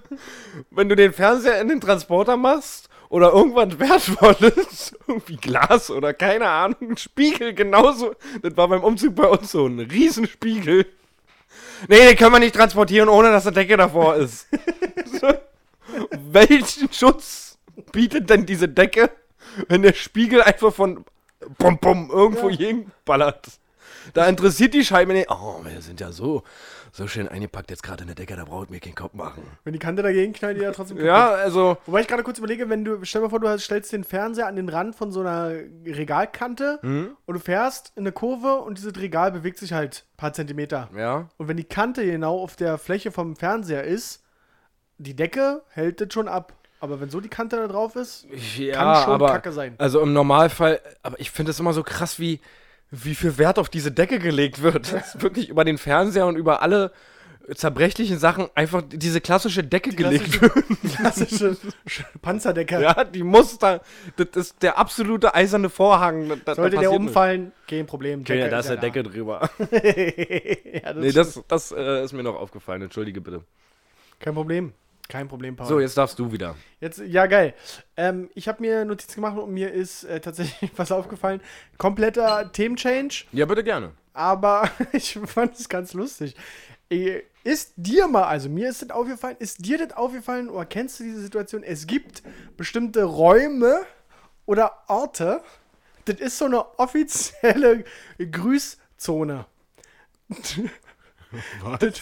[SPEAKER 4] wenn du den Fernseher in den Transporter machst oder irgendwas <laughs> Wertvolles, irgendwie Glas oder keine Ahnung, ein Spiegel genauso. Das war beim Umzug bei uns so ein Riesenspiegel. Nee, den können wir nicht transportieren, ohne dass eine Decke davor ist. <laughs> so. Welchen Schutz bietet denn diese Decke, wenn der Spiegel einfach von Pum Pum irgendwo
[SPEAKER 3] Ja.
[SPEAKER 4] hinballert? Da interessiert die Scheibe nicht. Oh, wir sind ja so, so schön eingepackt jetzt gerade in der Decke, da braucht mir keinen Kopf machen.
[SPEAKER 3] Wenn die Kante dagegen knallt, die ja trotzdem kaputt.
[SPEAKER 4] Ja, also,
[SPEAKER 3] Wobei ich gerade kurz überlege, wenn du, stell dir mal vor, du hast- stellst den Fernseher an den Rand von so einer Regalkante und du fährst in eine Kurve und dieses Regal bewegt sich halt ein paar Zentimeter.
[SPEAKER 4] ja.
[SPEAKER 3] Und wenn die Kante genau auf der Fläche vom Fernseher ist, die Decke hält das schon ab. Aber wenn so die Kante da drauf ist,
[SPEAKER 4] Ja,
[SPEAKER 3] schon
[SPEAKER 4] aber,
[SPEAKER 3] Kacke sein.
[SPEAKER 4] Also im Normalfall, aber ich finde es immer so krass, wie, wie viel Wert auf diese Decke gelegt wird. Dass <laughs> wirklich über den Fernseher und über alle zerbrechlichen Sachen einfach diese klassische Decke gelegt wird. <laughs>
[SPEAKER 3] klassische Panzerdecke.
[SPEAKER 4] Ja, die muss da, das ist der absolute eiserne Vorhang. Da, da- da
[SPEAKER 3] Sollte der
[SPEAKER 4] passiert
[SPEAKER 3] umfallen, kein Problem.
[SPEAKER 4] nichts. Ja, da ist
[SPEAKER 3] ist
[SPEAKER 4] der Decke drüber.
[SPEAKER 3] Decke. <laughs> ja, das
[SPEAKER 4] Nee, das, das äh, ist mir noch aufgefallen. Entschuldige bitte.
[SPEAKER 3] kein Problem. Kein Problem, Paul.
[SPEAKER 4] So, jetzt darfst du wieder.
[SPEAKER 3] Jetzt, ja, geil. Ähm, ich habe mir Notizen gemacht und mir ist äh, tatsächlich <laughs> was aufgefallen. Kompletter Themenchange,
[SPEAKER 4] Ja, bitte gerne.
[SPEAKER 3] aber <laughs> ich fand es ganz lustig. Äh, Ist dir mal, also mir ist das aufgefallen, ist dir das aufgefallen oder kennst du diese Situation? Es gibt bestimmte Räume oder Orte, das ist so eine offizielle Grüßzone. Das,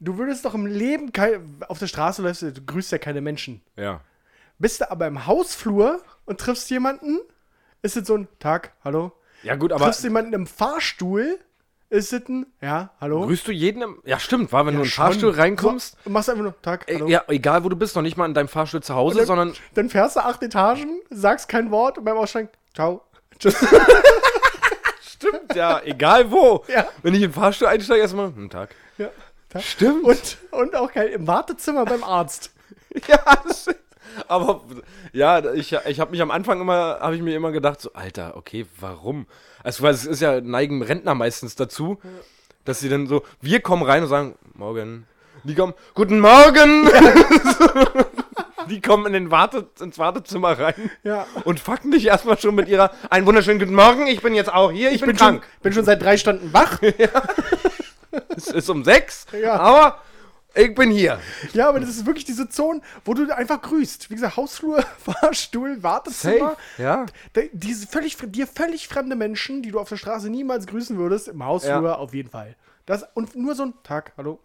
[SPEAKER 3] du würdest doch im Leben kein, auf der Straße läufst, du du grüßt ja keine Menschen.
[SPEAKER 4] Ja.
[SPEAKER 3] Bist du aber im Hausflur und triffst jemanden, ist es so ein Tag, hallo.
[SPEAKER 4] Ja, gut, aber
[SPEAKER 3] triffst jemanden im Fahrstuhl, ist es ein Ja, hallo.
[SPEAKER 4] grüßt du jeden im. Ja, stimmt, war, wenn du in den
[SPEAKER 3] schon.
[SPEAKER 4] Fahrstuhl reinkommst.
[SPEAKER 3] So, machst einfach nur Tag,
[SPEAKER 4] E-
[SPEAKER 3] hallo.
[SPEAKER 4] Ja, egal wo du bist, noch nicht mal in deinem Fahrstuhl zu Hause,
[SPEAKER 3] dann, <laughs>
[SPEAKER 4] sondern
[SPEAKER 3] dann fährst du acht Etagen, sagst kein Wort und beim Aussteigen, ciao. <laughs> Tschüss.
[SPEAKER 4] stimmt ja, egal wo.
[SPEAKER 3] Ja.
[SPEAKER 4] Wenn ich in den Fahrstuhl einsteige, erstmal einen Tag.
[SPEAKER 3] ja, Tag.
[SPEAKER 4] Stimmt.
[SPEAKER 3] Und, und auch kein, im Wartezimmer beim Arzt.
[SPEAKER 4] ja, das stimmt. <laughs> aber ja, ich, ich habe mich am Anfang immer, habe ich mir immer gedacht, so Alter, okay, warum? Also weil es ist ja neigen Rentner meistens dazu, dass sie dann so, wir kommen rein und sagen Morgen. Die kommen, guten Morgen. <laughs> Die kommen in den Warte, ins Wartezimmer rein
[SPEAKER 3] Ja.
[SPEAKER 4] und fucken dich erstmal schon mit ihrer, einen wunderschönen guten Morgen, ich bin jetzt auch hier, ich, bin, krank.
[SPEAKER 3] Schon, bin schon seit drei
[SPEAKER 4] <laughs>
[SPEAKER 3] Stunden wach.
[SPEAKER 4] Es ist um sechs,
[SPEAKER 3] Ja.
[SPEAKER 4] aber ich bin hier.
[SPEAKER 3] Ja, aber das ist wirklich diese Zone, wo du einfach grüßt. Wie gesagt, Hausflur, <laughs> Fahrstuhl, Wartezimmer.
[SPEAKER 4] Ja.
[SPEAKER 3] Da- Diese völlig, fre- dir völlig fremde Menschen, die du auf der Straße niemals grüßen würdest, im Hausflur
[SPEAKER 4] Ja.
[SPEAKER 3] auf jeden Fall. Das, und nur so ein Tag, hallo.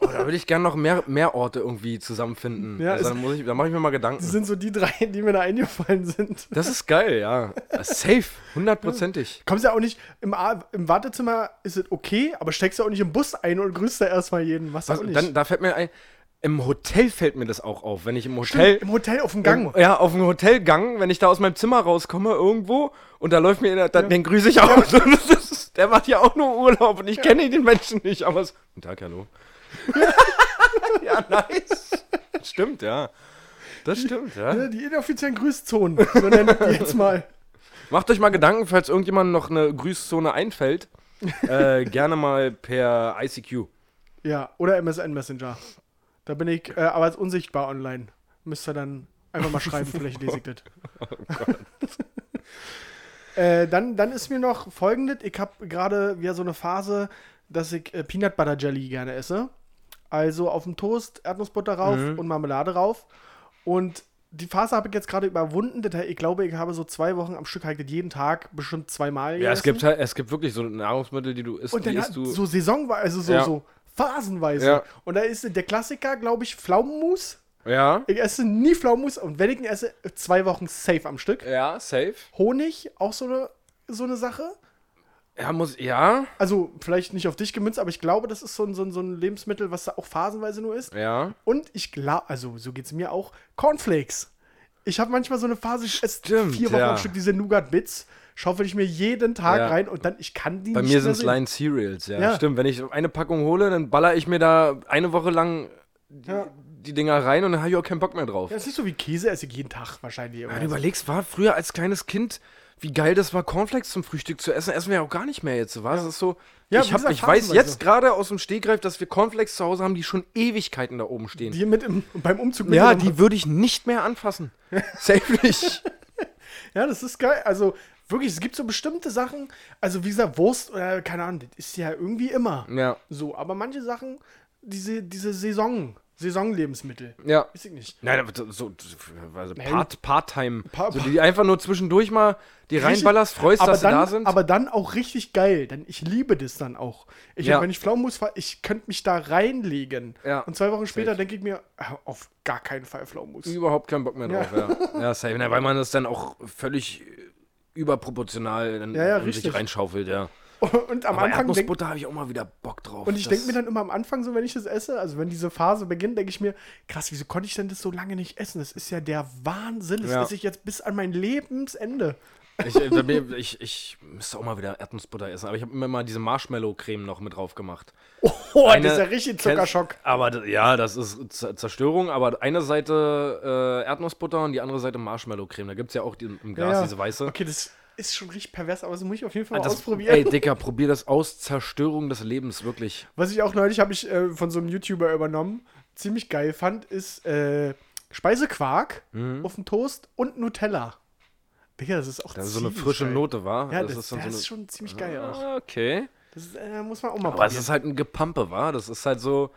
[SPEAKER 4] Oh, da würde ich gerne noch mehr, mehr Orte irgendwie zusammenfinden.
[SPEAKER 3] Ja,
[SPEAKER 4] also,
[SPEAKER 3] es-
[SPEAKER 4] dann muss ich, da mache ich mir mal
[SPEAKER 3] Das
[SPEAKER 4] Gedanken.
[SPEAKER 3] sind so die drei, die mir da eingefallen sind.
[SPEAKER 4] Das ist geil, ja. Safe, hundertprozentig.
[SPEAKER 3] Kommst ja auch nicht, im, A- im Wartezimmer ist es okay, aber steckst ja auch nicht im Bus ein und grüßt da erstmal jeden. Was auch
[SPEAKER 4] Also,
[SPEAKER 3] nicht.
[SPEAKER 4] dann, da fällt mir ein, im Hotel fällt mir das auch auf, wenn ich im Hotel.
[SPEAKER 3] Im Hotel auf dem Gang.
[SPEAKER 4] Ja, auf dem Hotelgang, wenn ich da aus meinem Zimmer rauskomme irgendwo und da läuft mir, einer- da, den grüße ich auch. <laughs> Das ist, der macht ja auch nur Urlaub und ich kenne den Menschen nicht, aber es, Guten Tag, hallo.
[SPEAKER 3] <laughs>
[SPEAKER 4] ja, nice. Stimmt, ja. Das stimmt, ja.
[SPEAKER 3] Ne, Die inoffiziellen Grüßzonen, so nennen wir die jetzt mal.
[SPEAKER 4] Macht euch mal Gedanken, falls irgendjemand noch eine Grüßzone
[SPEAKER 3] <laughs>
[SPEAKER 4] einfällt. äh, gerne mal per ICQ.
[SPEAKER 3] Ja, oder MSN Messenger. Da bin ich äh, aber als unsichtbar online. Müsst ihr dann einfach mal schreiben,
[SPEAKER 4] <laughs>
[SPEAKER 3] vielleicht lese ich das.
[SPEAKER 4] Oh
[SPEAKER 3] <laughs> äh, dann, dann ist mir noch folgendes: Ich habe gerade wieder so eine Phase, dass ich äh, Peanut Butter Jelly gerne esse. Also auf dem Toast Erdnussbutter rauf
[SPEAKER 4] Mhm.
[SPEAKER 3] und Marmelade rauf. Und die Phase habe ich jetzt gerade überwunden. Das heißt, Ich glaube, ich habe so zwei Wochen am Stück halt das jeden Tag bestimmt zweimal.
[SPEAKER 4] Ja, es
[SPEAKER 3] gegessen.
[SPEAKER 4] gibt, halt- es gibt wirklich so Nahrungsmittel, die du isst,
[SPEAKER 3] Und
[SPEAKER 4] die
[SPEAKER 3] dann
[SPEAKER 4] isst
[SPEAKER 3] hat
[SPEAKER 4] du.
[SPEAKER 3] so saisonweise, also so,
[SPEAKER 4] Ja.
[SPEAKER 3] so phasenweise.
[SPEAKER 4] Ja.
[SPEAKER 3] Und da ist der Klassiker, glaube ich, Pflaumenmus.
[SPEAKER 4] ja.
[SPEAKER 3] Ich esse nie Pflaumenmus und wenn ich ihn esse, zwei Wochen safe am Stück.
[SPEAKER 4] Ja, safe.
[SPEAKER 3] Honig, auch so eine, so eine Sache.
[SPEAKER 4] Ja, muss, ja.
[SPEAKER 3] Also vielleicht nicht auf dich gemünzt, aber ich glaube, das ist so ein, so ein, so ein Lebensmittel, was da auch phasenweise nur ist.
[SPEAKER 4] Ja.
[SPEAKER 3] Und ich glaube, also so geht es mir auch, Cornflakes. Ich habe manchmal so eine Phase, ich esse
[SPEAKER 4] Stimmt,
[SPEAKER 3] vier Wochen
[SPEAKER 4] ja.
[SPEAKER 3] am Stück diese Nougat Bits, schaufel ich mir jeden Tag
[SPEAKER 4] Ja.
[SPEAKER 3] rein und dann, ich kann die
[SPEAKER 4] Bei
[SPEAKER 3] nicht
[SPEAKER 4] mir
[SPEAKER 3] mehr
[SPEAKER 4] sind es
[SPEAKER 3] sehen.
[SPEAKER 4] Line Cereals, ja.
[SPEAKER 3] Ja.
[SPEAKER 4] Stimmt, wenn ich eine Packung hole, dann baller ich mir da eine Woche lang die, die Dinger rein und dann habe ich auch keinen Bock mehr drauf.
[SPEAKER 3] Ja, das ist so wie Käse, esse ich jeden Tag wahrscheinlich.
[SPEAKER 4] Wenn
[SPEAKER 3] irgendwie.
[SPEAKER 4] du überlegst, war früher als kleines Kind, wie geil das war, Cornflakes zum Frühstück zu essen, essen wir ja auch gar nicht mehr jetzt, war es ist so.
[SPEAKER 3] Ja,
[SPEAKER 4] ich,
[SPEAKER 3] wie
[SPEAKER 4] hab,
[SPEAKER 3] gesagt,
[SPEAKER 4] ich weiß
[SPEAKER 3] phasenweise.
[SPEAKER 4] jetzt gerade aus dem Stegreif, dass wir Cornflakes zu Hause haben, die schon Ewigkeiten da oben stehen.
[SPEAKER 3] Die mit im, beim Umzug mit
[SPEAKER 4] ja,
[SPEAKER 3] genommen
[SPEAKER 4] die würde ich nicht mehr
[SPEAKER 3] <laughs>
[SPEAKER 4] anfassen. Safe nicht.
[SPEAKER 3] hat. Ja, das ist geil. Also wirklich, es gibt so bestimmte Sachen, also wie gesagt, Wurst oder keine Ahnung, das ist ja irgendwie immer
[SPEAKER 4] Ja.
[SPEAKER 3] so. Aber manche Sachen, diese, diese Saison, Saisonlebensmittel.
[SPEAKER 4] Ja.
[SPEAKER 3] Weiß ich nicht.
[SPEAKER 4] Nein, aber so- so, also
[SPEAKER 3] Nein.
[SPEAKER 4] Part, Part-Time.
[SPEAKER 3] Pa-
[SPEAKER 4] so, die einfach nur zwischendurch mal die reinballerst, freust,
[SPEAKER 3] aber
[SPEAKER 4] dass
[SPEAKER 3] dann,
[SPEAKER 4] sie da sind.
[SPEAKER 3] Aber dann auch richtig geil, denn ich liebe das dann auch. Ich,
[SPEAKER 4] Ja.
[SPEAKER 3] Wenn ich Pflaumenmus war, ich könnte mich da reinlegen.
[SPEAKER 4] Ja.
[SPEAKER 3] Und zwei Wochen später
[SPEAKER 4] Safe.
[SPEAKER 3] denke ich mir, ah, auf gar keinen Fall Pflaumenmus.
[SPEAKER 4] überhaupt keinen Bock mehr drauf, ja. Ja, safe. Na, weil man das dann auch völlig äh, überproportional in,
[SPEAKER 3] Ja, ja,
[SPEAKER 4] in sich
[SPEAKER 3] richtig.
[SPEAKER 4] reinschaufelt, ja.
[SPEAKER 3] <laughs> Und am
[SPEAKER 4] Aber
[SPEAKER 3] Anfang denk,
[SPEAKER 4] Erdnussbutter habe ich auch mal wieder Bock drauf.
[SPEAKER 3] und ich
[SPEAKER 4] Das-
[SPEAKER 3] denke mir dann immer am Anfang so, wenn ich das esse, also wenn diese Phase beginnt, denke ich mir, krass, wieso konnte ich denn das so lange nicht essen? Das ist ja der Wahnsinn. Das
[SPEAKER 4] Ja.
[SPEAKER 3] esse ich jetzt bis an
[SPEAKER 4] <laughs>
[SPEAKER 3] mein Lebensende.
[SPEAKER 4] Ich, äh, da bin ich, ich müsste auch mal wieder Erdnussbutter essen, aber ich habe immer mal diese Marshmallow-Creme noch mit drauf gemacht.
[SPEAKER 3] Oh,
[SPEAKER 4] Eine-
[SPEAKER 3] das ist ja richtig
[SPEAKER 4] kennst-
[SPEAKER 3] Zuckerschock.
[SPEAKER 4] Aber d- ja, das ist Z Zerstörung, aber eine Seite äh, Erdnussbutter und die andere Seite Marshmallow-Creme. Da gibt es ja auch die, im Glas
[SPEAKER 3] Ja.
[SPEAKER 4] diese weiße.
[SPEAKER 3] Okay, das ist schon richtig pervers, aber das muss ich auf jeden Fall
[SPEAKER 4] Ah,
[SPEAKER 3] mal
[SPEAKER 4] das-
[SPEAKER 3] ausprobieren.
[SPEAKER 4] Ey, Dicker, probier das aus. Zerstörung des Lebens, wirklich.
[SPEAKER 3] Was ich auch neulich habe ich äh, von so einem YouTuber übernommen, ziemlich geil fand, ist äh, Speisequark
[SPEAKER 4] Mhm.
[SPEAKER 3] auf dem Toast und Nutella. Digga, das ist auch
[SPEAKER 4] Das ist so eine
[SPEAKER 3] ziemlich
[SPEAKER 4] frische
[SPEAKER 3] geil.
[SPEAKER 4] Note, war.
[SPEAKER 3] Ja, das, das,
[SPEAKER 4] ist dann so eine-
[SPEAKER 3] ist schon ziemlich geil auch.
[SPEAKER 4] Ah, Okay.
[SPEAKER 3] Das ist, äh, muss man auch mal
[SPEAKER 4] Aber es ist halt ein Gepampe, war. Das ist halt so.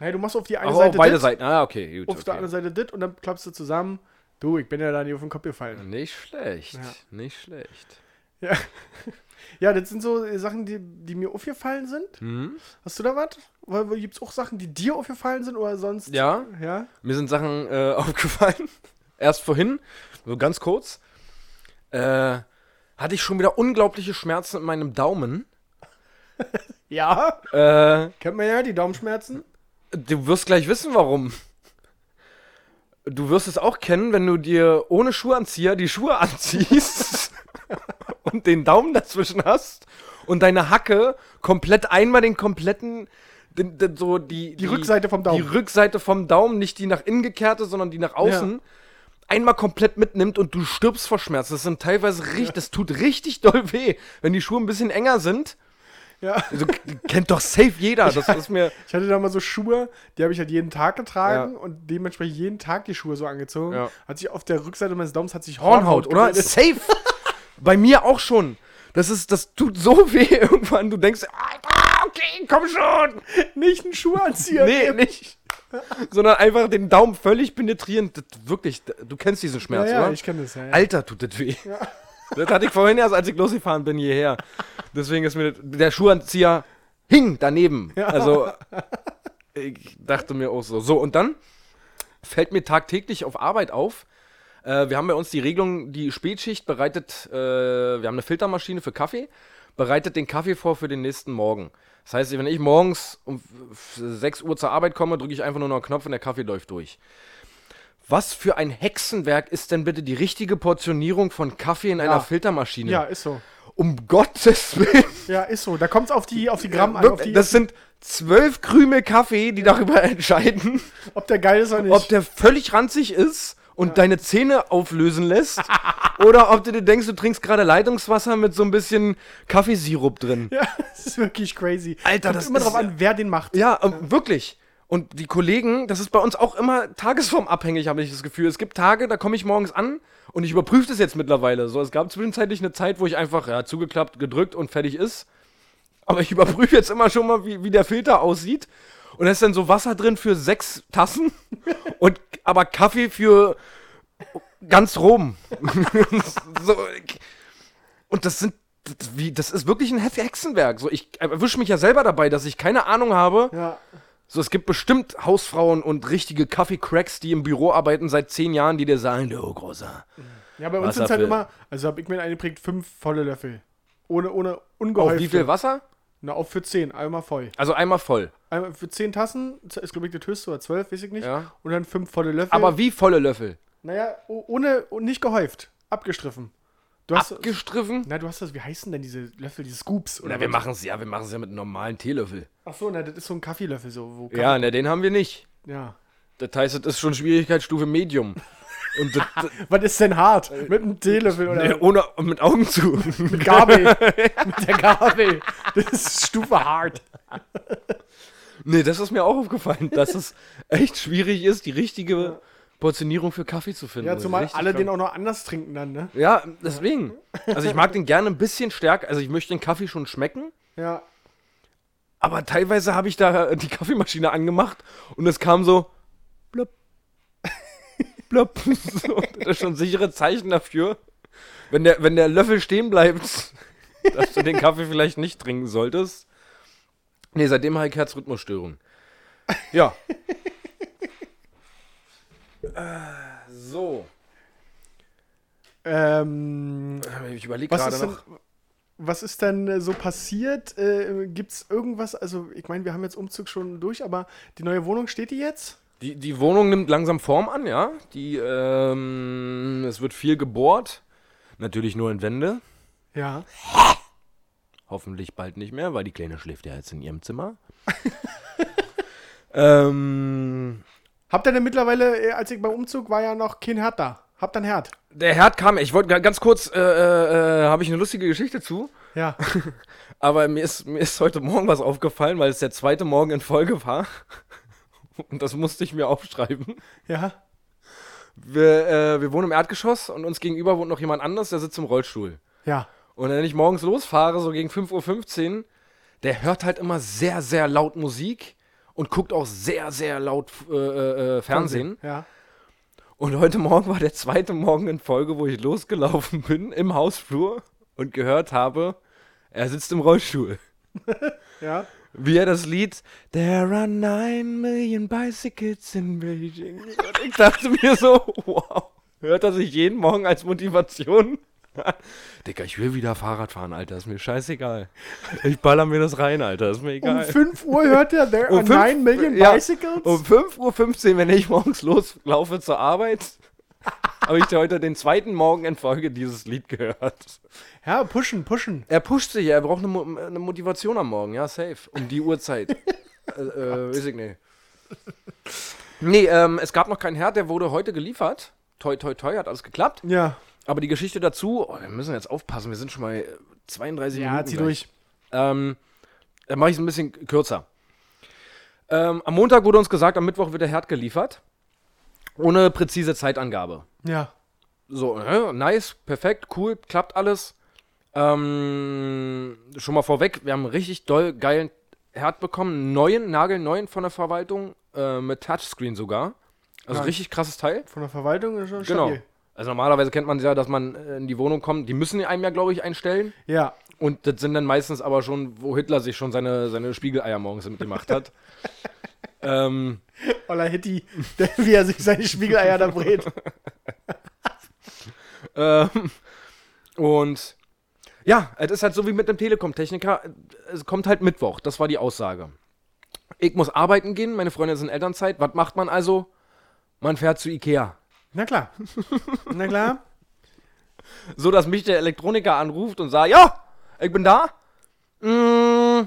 [SPEAKER 3] Hey, du machst auf die eine
[SPEAKER 4] Ach,
[SPEAKER 3] Seite
[SPEAKER 4] auch beide
[SPEAKER 3] dit,
[SPEAKER 4] Seiten. Ah, okay. Gut,
[SPEAKER 3] auf der
[SPEAKER 4] okay.
[SPEAKER 3] anderen Seite dit und dann klappst du zusammen. Du, ich bin ja da nie auf den Kopf gefallen.
[SPEAKER 4] Nicht schlecht.
[SPEAKER 3] Ja.
[SPEAKER 4] Nicht schlecht.
[SPEAKER 3] Ja. <laughs> Ja, das sind so äh, Sachen, die, die mir aufgefallen sind.
[SPEAKER 4] Mhm.
[SPEAKER 3] Hast du da was? Gibt es auch Sachen, die dir aufgefallen sind oder sonst?
[SPEAKER 4] Ja,
[SPEAKER 3] Ja?
[SPEAKER 4] mir sind Sachen äh, <laughs> aufgefallen. Erst vorhin, so ganz kurz, äh, hatte ich schon wieder unglaubliche Schmerzen in meinem Daumen.
[SPEAKER 3] Ja?
[SPEAKER 4] Äh,
[SPEAKER 3] <laughs> Kennt man ja, die Daumenschmerzen.
[SPEAKER 4] Du wirst gleich wissen, warum. Du wirst es auch kennen, wenn du dir ohne Schuhanzieher die Schuhe anziehst <laughs> und den Daumen dazwischen hast und deine Hacke komplett einmal den kompletten den, den, so die,
[SPEAKER 3] Die Rückseite vom Daumen.
[SPEAKER 4] Die Rückseite vom Daumen, nicht die nach innen gekehrte, sondern die nach außen. Einmal komplett mitnimmt und du stirbst vor Schmerzen. Das sind teilweise richtig, das tut richtig doll weh, wenn die Schuhe ein bisschen enger sind.
[SPEAKER 3] Ja.
[SPEAKER 4] Also, <laughs> kennt doch safe jeder. Das ist mir.
[SPEAKER 3] Ich hatte da mal so Schuhe, die habe ich halt jeden Tag getragen
[SPEAKER 4] Ja.
[SPEAKER 3] und dementsprechend jeden Tag die Schuhe so angezogen.
[SPEAKER 4] Ja.
[SPEAKER 3] Hat sich auf der Rückseite meines Daumens hat sich
[SPEAKER 4] Hornhaut,
[SPEAKER 3] <laughs>
[SPEAKER 4] oder?
[SPEAKER 3] gebildet.
[SPEAKER 4] Safe. Bei mir auch schon. Das ist, das tut so <laughs> weh irgendwann. Du denkst, ah, okay, komm schon.
[SPEAKER 3] <laughs> Nicht einen Schuh anziehen.
[SPEAKER 4] Nee, nicht. Sondern einfach den Daumen völlig penetrierend. Das, wirklich, d- du kennst diesen
[SPEAKER 3] ja,
[SPEAKER 4] Schmerz,
[SPEAKER 3] ja,
[SPEAKER 4] oder?
[SPEAKER 3] ich kenne das. Ja, ja.
[SPEAKER 4] Alter, tut das weh. Das hatte ich vorhin erst, als ich losgefahren bin hierher. Deswegen ist mir das, der Schuhanzieher hing daneben. Also, ich dachte mir auch so. So, und dann fällt mir tagtäglich auf Arbeit auf. Äh, wir haben bei uns die Regelung, die Spätschicht bereitet, äh, wir haben eine Filtermaschine für Kaffee, bereitet den Kaffee vor für den nächsten Morgen. Das heißt, wenn ich morgens um f- 6 Uhr zur Arbeit komme, drücke ich einfach nur noch einen Knopf und der Kaffee läuft durch. Was für ein Hexenwerk ist denn bitte die richtige Portionierung von Kaffee in einer Filtermaschine?
[SPEAKER 3] ja, ist so.
[SPEAKER 4] Um Gottes Willen.
[SPEAKER 3] Ja, ist so. Da kommt es auf die, auf die Gramm an, auf
[SPEAKER 4] Wirklich,
[SPEAKER 3] die,
[SPEAKER 4] das sind zwölf Krümel Kaffee, die darüber <laughs> entscheiden,
[SPEAKER 3] ob der geil ist oder nicht.
[SPEAKER 4] ob der völlig ranzig ist und deine Zähne auflösen lässt oder ob du dir denkst, du trinkst gerade Leitungswasser mit so ein bisschen Kaffeesirup drin.
[SPEAKER 3] <laughs> ja, das ist wirklich crazy.
[SPEAKER 4] Alter,
[SPEAKER 3] Kommt
[SPEAKER 4] das
[SPEAKER 3] immer
[SPEAKER 4] ist
[SPEAKER 3] drauf
[SPEAKER 4] ja-
[SPEAKER 3] an, wer den macht.
[SPEAKER 4] Ja, ähm, wirklich. Und die Kollegen, das ist bei uns auch immer tagesformabhängig, habe ich das Gefühl. Es gibt Tage, da komme ich morgens an und ich überprüfe das jetzt mittlerweile. So, es gab zwischenzeitlich eine Zeit, wo ich einfach ja, zugeklappt, gedrückt und fertig ist. Aber ich überprüfe jetzt immer schon mal, wie, wie der Filter aussieht. Und da ist dann so Wasser drin für sechs
[SPEAKER 3] <laughs>
[SPEAKER 4] Tassen und aber Kaffee für ganz
[SPEAKER 3] <laughs>
[SPEAKER 4] Rom. so, und das sind, das, wie, das ist wirklich ein Hexenwerk. So, ich erwische mich ja selber dabei, dass ich keine Ahnung habe,
[SPEAKER 3] Ja.
[SPEAKER 4] so, es gibt bestimmt Hausfrauen und richtige Kaffee-Cracks, die im Büro arbeiten seit zehn Jahren, die dir sagen, du großer.
[SPEAKER 3] Ja, bei uns sind
[SPEAKER 4] Wasser
[SPEAKER 3] halt
[SPEAKER 4] für-
[SPEAKER 3] immer, also habe ich mir eingeprägt, fünf volle Löffel. Ohne, ohne,
[SPEAKER 4] Auf
[SPEAKER 3] ungehäuft.
[SPEAKER 4] wie viel Wasser?
[SPEAKER 3] Na, auf für zehn, einmal voll.
[SPEAKER 4] Also einmal voll.
[SPEAKER 3] Einmal für zehn Tassen, ist glaube ich das höchste oder zwölf, weiß ich nicht.
[SPEAKER 4] Ja.
[SPEAKER 3] Und dann fünf volle Löffel.
[SPEAKER 4] Aber wie volle Löffel?
[SPEAKER 3] Naja, o- ohne, o- nicht gehäuft. Abgestriffen. Du hast.
[SPEAKER 4] Abgestriffen?
[SPEAKER 3] na, du hast das, wie heißen denn diese Löffel, diese Scoops? Oder
[SPEAKER 4] Na, wir
[SPEAKER 3] was?
[SPEAKER 4] machen es ja, wir machen es ja mit einem normalen Teelöffel.
[SPEAKER 3] Ach so, na, das ist so ein Kaffeelöffel, so. Wo
[SPEAKER 4] Ja, na, den haben wir nicht.
[SPEAKER 3] ja.
[SPEAKER 4] Das heißt, das ist schon Schwierigkeitsstufe Medium. Und das, <laughs>
[SPEAKER 3] Was ist denn hart? Mit einem Teelöffel oder
[SPEAKER 4] äh, ohne, mit Augen zu. <laughs>
[SPEAKER 3] mit <laughs> Gabel? mit der Gabel. Das ist Stufe hart.
[SPEAKER 4] nee, das ist mir auch aufgefallen, dass es echt schwierig ist, die richtige Portionierung für Kaffee zu finden.
[SPEAKER 3] Ja, zumal
[SPEAKER 4] Richtig
[SPEAKER 3] alle
[SPEAKER 4] krank.
[SPEAKER 3] den auch noch anders trinken dann, ne?
[SPEAKER 4] Ja, deswegen. Also ich mag den gerne ein bisschen stärker. Also ich möchte den Kaffee schon schmecken.
[SPEAKER 3] Ja.
[SPEAKER 4] Aber teilweise habe ich da die Kaffeemaschine angemacht und es kam so, blub, <laughs> blub. So, das ist schon sichere Zeichen dafür, wenn der, wenn der Löffel stehen bleibt, <laughs> dass du den Kaffee vielleicht nicht trinken solltest. Nee, seitdem habe ich Herzrhythmusstörung.
[SPEAKER 3] <laughs>
[SPEAKER 4] Ja. äh, so.
[SPEAKER 3] Ähm,
[SPEAKER 4] Ich überlege
[SPEAKER 3] was,
[SPEAKER 4] gerade
[SPEAKER 3] ist denn,
[SPEAKER 4] noch.
[SPEAKER 3] was ist denn äh, so passiert? Äh, Gibt es irgendwas? Also, ich meine, wir haben jetzt Umzug schon durch, aber die neue Wohnung steht die jetzt?
[SPEAKER 4] Die, die Wohnung nimmt langsam Form an, ja. Die, ähm, es wird viel gebohrt. Natürlich nur in Wände.
[SPEAKER 3] Ja.
[SPEAKER 4] Hoffentlich bald nicht mehr, weil die Kleine schläft ja jetzt in ihrem Zimmer. ähm,
[SPEAKER 3] Habt ihr denn mittlerweile, äh, als ich beim Umzug war, ja noch kein Herd da? Habt ihr einen Herd?
[SPEAKER 4] der Herd kam, ich wollte ga- ganz kurz, äh, äh, äh, habe ich eine lustige Geschichte zu,
[SPEAKER 3] Ja.
[SPEAKER 4] aber mir ist, mir ist heute Morgen was aufgefallen, weil es der zweite Morgen in Folge war. <laughs> Und das musste ich mir aufschreiben.
[SPEAKER 3] ja.
[SPEAKER 4] Wir, äh, wir wohnen im Erdgeschoss und uns gegenüber wohnt noch jemand anders, der sitzt im Rollstuhl.
[SPEAKER 3] Ja.
[SPEAKER 4] Und wenn ich morgens losfahre, so gegen 5.15 Uhr, der hört halt immer sehr, sehr laut Musik und guckt auch sehr, sehr laut äh, äh, Fernsehen.
[SPEAKER 3] Ja.
[SPEAKER 4] Und heute Morgen war der zweite Morgen in Folge, wo ich losgelaufen <laughs> bin im Hausflur und gehört habe, er sitzt im Rollstuhl.
[SPEAKER 3] Ja.
[SPEAKER 4] Wie er das Lied There are nine million bicycles in Beijing. Und ich dachte mir so, wow, hört er sich jeden Morgen als Motivation? Digga, ich will wieder Fahrrad fahren, Alter, ist mir scheißegal. Ich baller mir das rein, Alter, ist mir
[SPEAKER 3] Um
[SPEAKER 4] egal.
[SPEAKER 3] 5 Uhr
[SPEAKER 4] <laughs>
[SPEAKER 3] hört er, there are
[SPEAKER 4] Um fünf-
[SPEAKER 3] 9 million
[SPEAKER 4] ja,
[SPEAKER 3] bicycles?
[SPEAKER 4] Um 5.15 Uhr, wenn ich morgens loslaufe zur Arbeit, <laughs> habe ich heute den zweiten Morgen in Folge dieses Lied gehört.
[SPEAKER 3] Ja, pushen, pushen.
[SPEAKER 4] Er pusht sich, er braucht eine, Mo eine Motivation am Morgen, ja, safe. Um die
[SPEAKER 3] <laughs>
[SPEAKER 4] Uhrzeit. äh, äh, weiß ich nicht. Nee, ähm, es gab noch keinen Herd, der wurde heute geliefert. Toi, toi, toi, hat alles geklappt.
[SPEAKER 3] Ja.
[SPEAKER 4] Aber die Geschichte dazu, oh, wir müssen jetzt aufpassen, wir sind schon mal äh, 32 Minuten.
[SPEAKER 3] Ja, zieh
[SPEAKER 4] gleich.
[SPEAKER 3] durch.
[SPEAKER 4] Ähm, dann mache ich es ein bisschen kürzer. Ähm, am Montag wurde uns gesagt, am Mittwoch wird der Herd geliefert. Ohne präzise Zeitangabe.
[SPEAKER 3] Ja.
[SPEAKER 4] So, äh, nice, perfekt, cool, klappt alles. Ähm, schon mal vorweg, wir haben einen richtig doll geilen Herd bekommen. einen Neuen, nagelneuen von der Verwaltung. Äh, mit Touchscreen sogar. Also
[SPEAKER 3] Nice.
[SPEAKER 4] richtig krasses Teil.
[SPEAKER 3] Von der Verwaltung ist schon
[SPEAKER 4] Genau.
[SPEAKER 3] stabil.
[SPEAKER 4] Also normalerweise kennt man ja, dass man äh, in die Wohnung kommt. Die müssen einem ja, glaube ich, einstellen.
[SPEAKER 3] Ja.
[SPEAKER 4] Und das sind dann meistens aber schon, wo Hitler sich schon seine, seine Spiegeleier morgens mitgemacht
[SPEAKER 3] <laughs>
[SPEAKER 4] hat. ähm,
[SPEAKER 3] Ola Hitti, <laughs> der, wie er sich seine Spiegeleier da brät.
[SPEAKER 4] ähm, und ja, es ist halt so wie mit dem Telekom-Techniker. Es kommt halt Mittwoch, das war die Aussage. Ich muss arbeiten gehen, meine Freundin ist in Elternzeit. Was macht man also? Man fährt zu Ikea.
[SPEAKER 3] Na klar. Na klar.
[SPEAKER 4] So, dass mich der Elektroniker anruft und sagt, ja, ich bin da. Mm,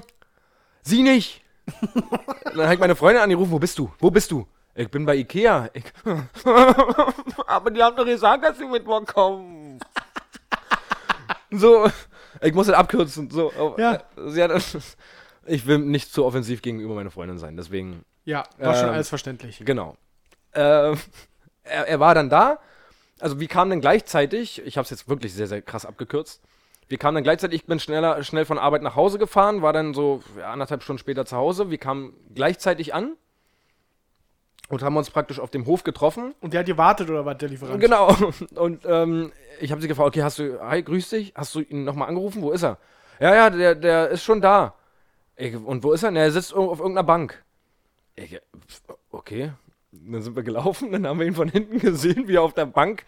[SPEAKER 4] sie nicht. <laughs> Und dann hat meine Freundin angerufen, wo bist du? Wo bist du? Ich bin bei Ikea. Ich, <laughs> aber die haben doch gesagt, dass sie mit mir kommen. so, ich muss das abkürzen. So, oh, äh,
[SPEAKER 3] Ja.
[SPEAKER 4] sie hat, <laughs> ich will nicht zu offensiv gegenüber meiner Freundin sein, deswegen
[SPEAKER 3] Ja, war schon
[SPEAKER 4] Ähm,
[SPEAKER 3] alles verständlich.
[SPEAKER 4] Genau. Ähm, <laughs> er, er war dann da. Also wir kamen dann gleichzeitig, ich habe es jetzt wirklich sehr, sehr krass abgekürzt, wir kamen dann gleichzeitig, ich bin schneller, schnell von Arbeit nach Hause gefahren, war dann so ja, anderthalb Stunden später zu Hause, wir kamen gleichzeitig an und haben uns praktisch auf dem Hof getroffen
[SPEAKER 3] Und der hat gewartet oder was, der Lieferant?
[SPEAKER 4] Genau. <laughs> Und ähm, ich habe sie gefragt, okay, hast du, hi, grüß dich, hast du ihn nochmal angerufen? Wo ist er? Ja, ja, der, der ist schon da. Ich, und wo ist er? Na, er sitzt irgendwo auf irgendeiner Bank. Ich, pf, okay. Dann sind wir gelaufen, dann haben wir ihn von hinten gesehen, wie er auf der Bank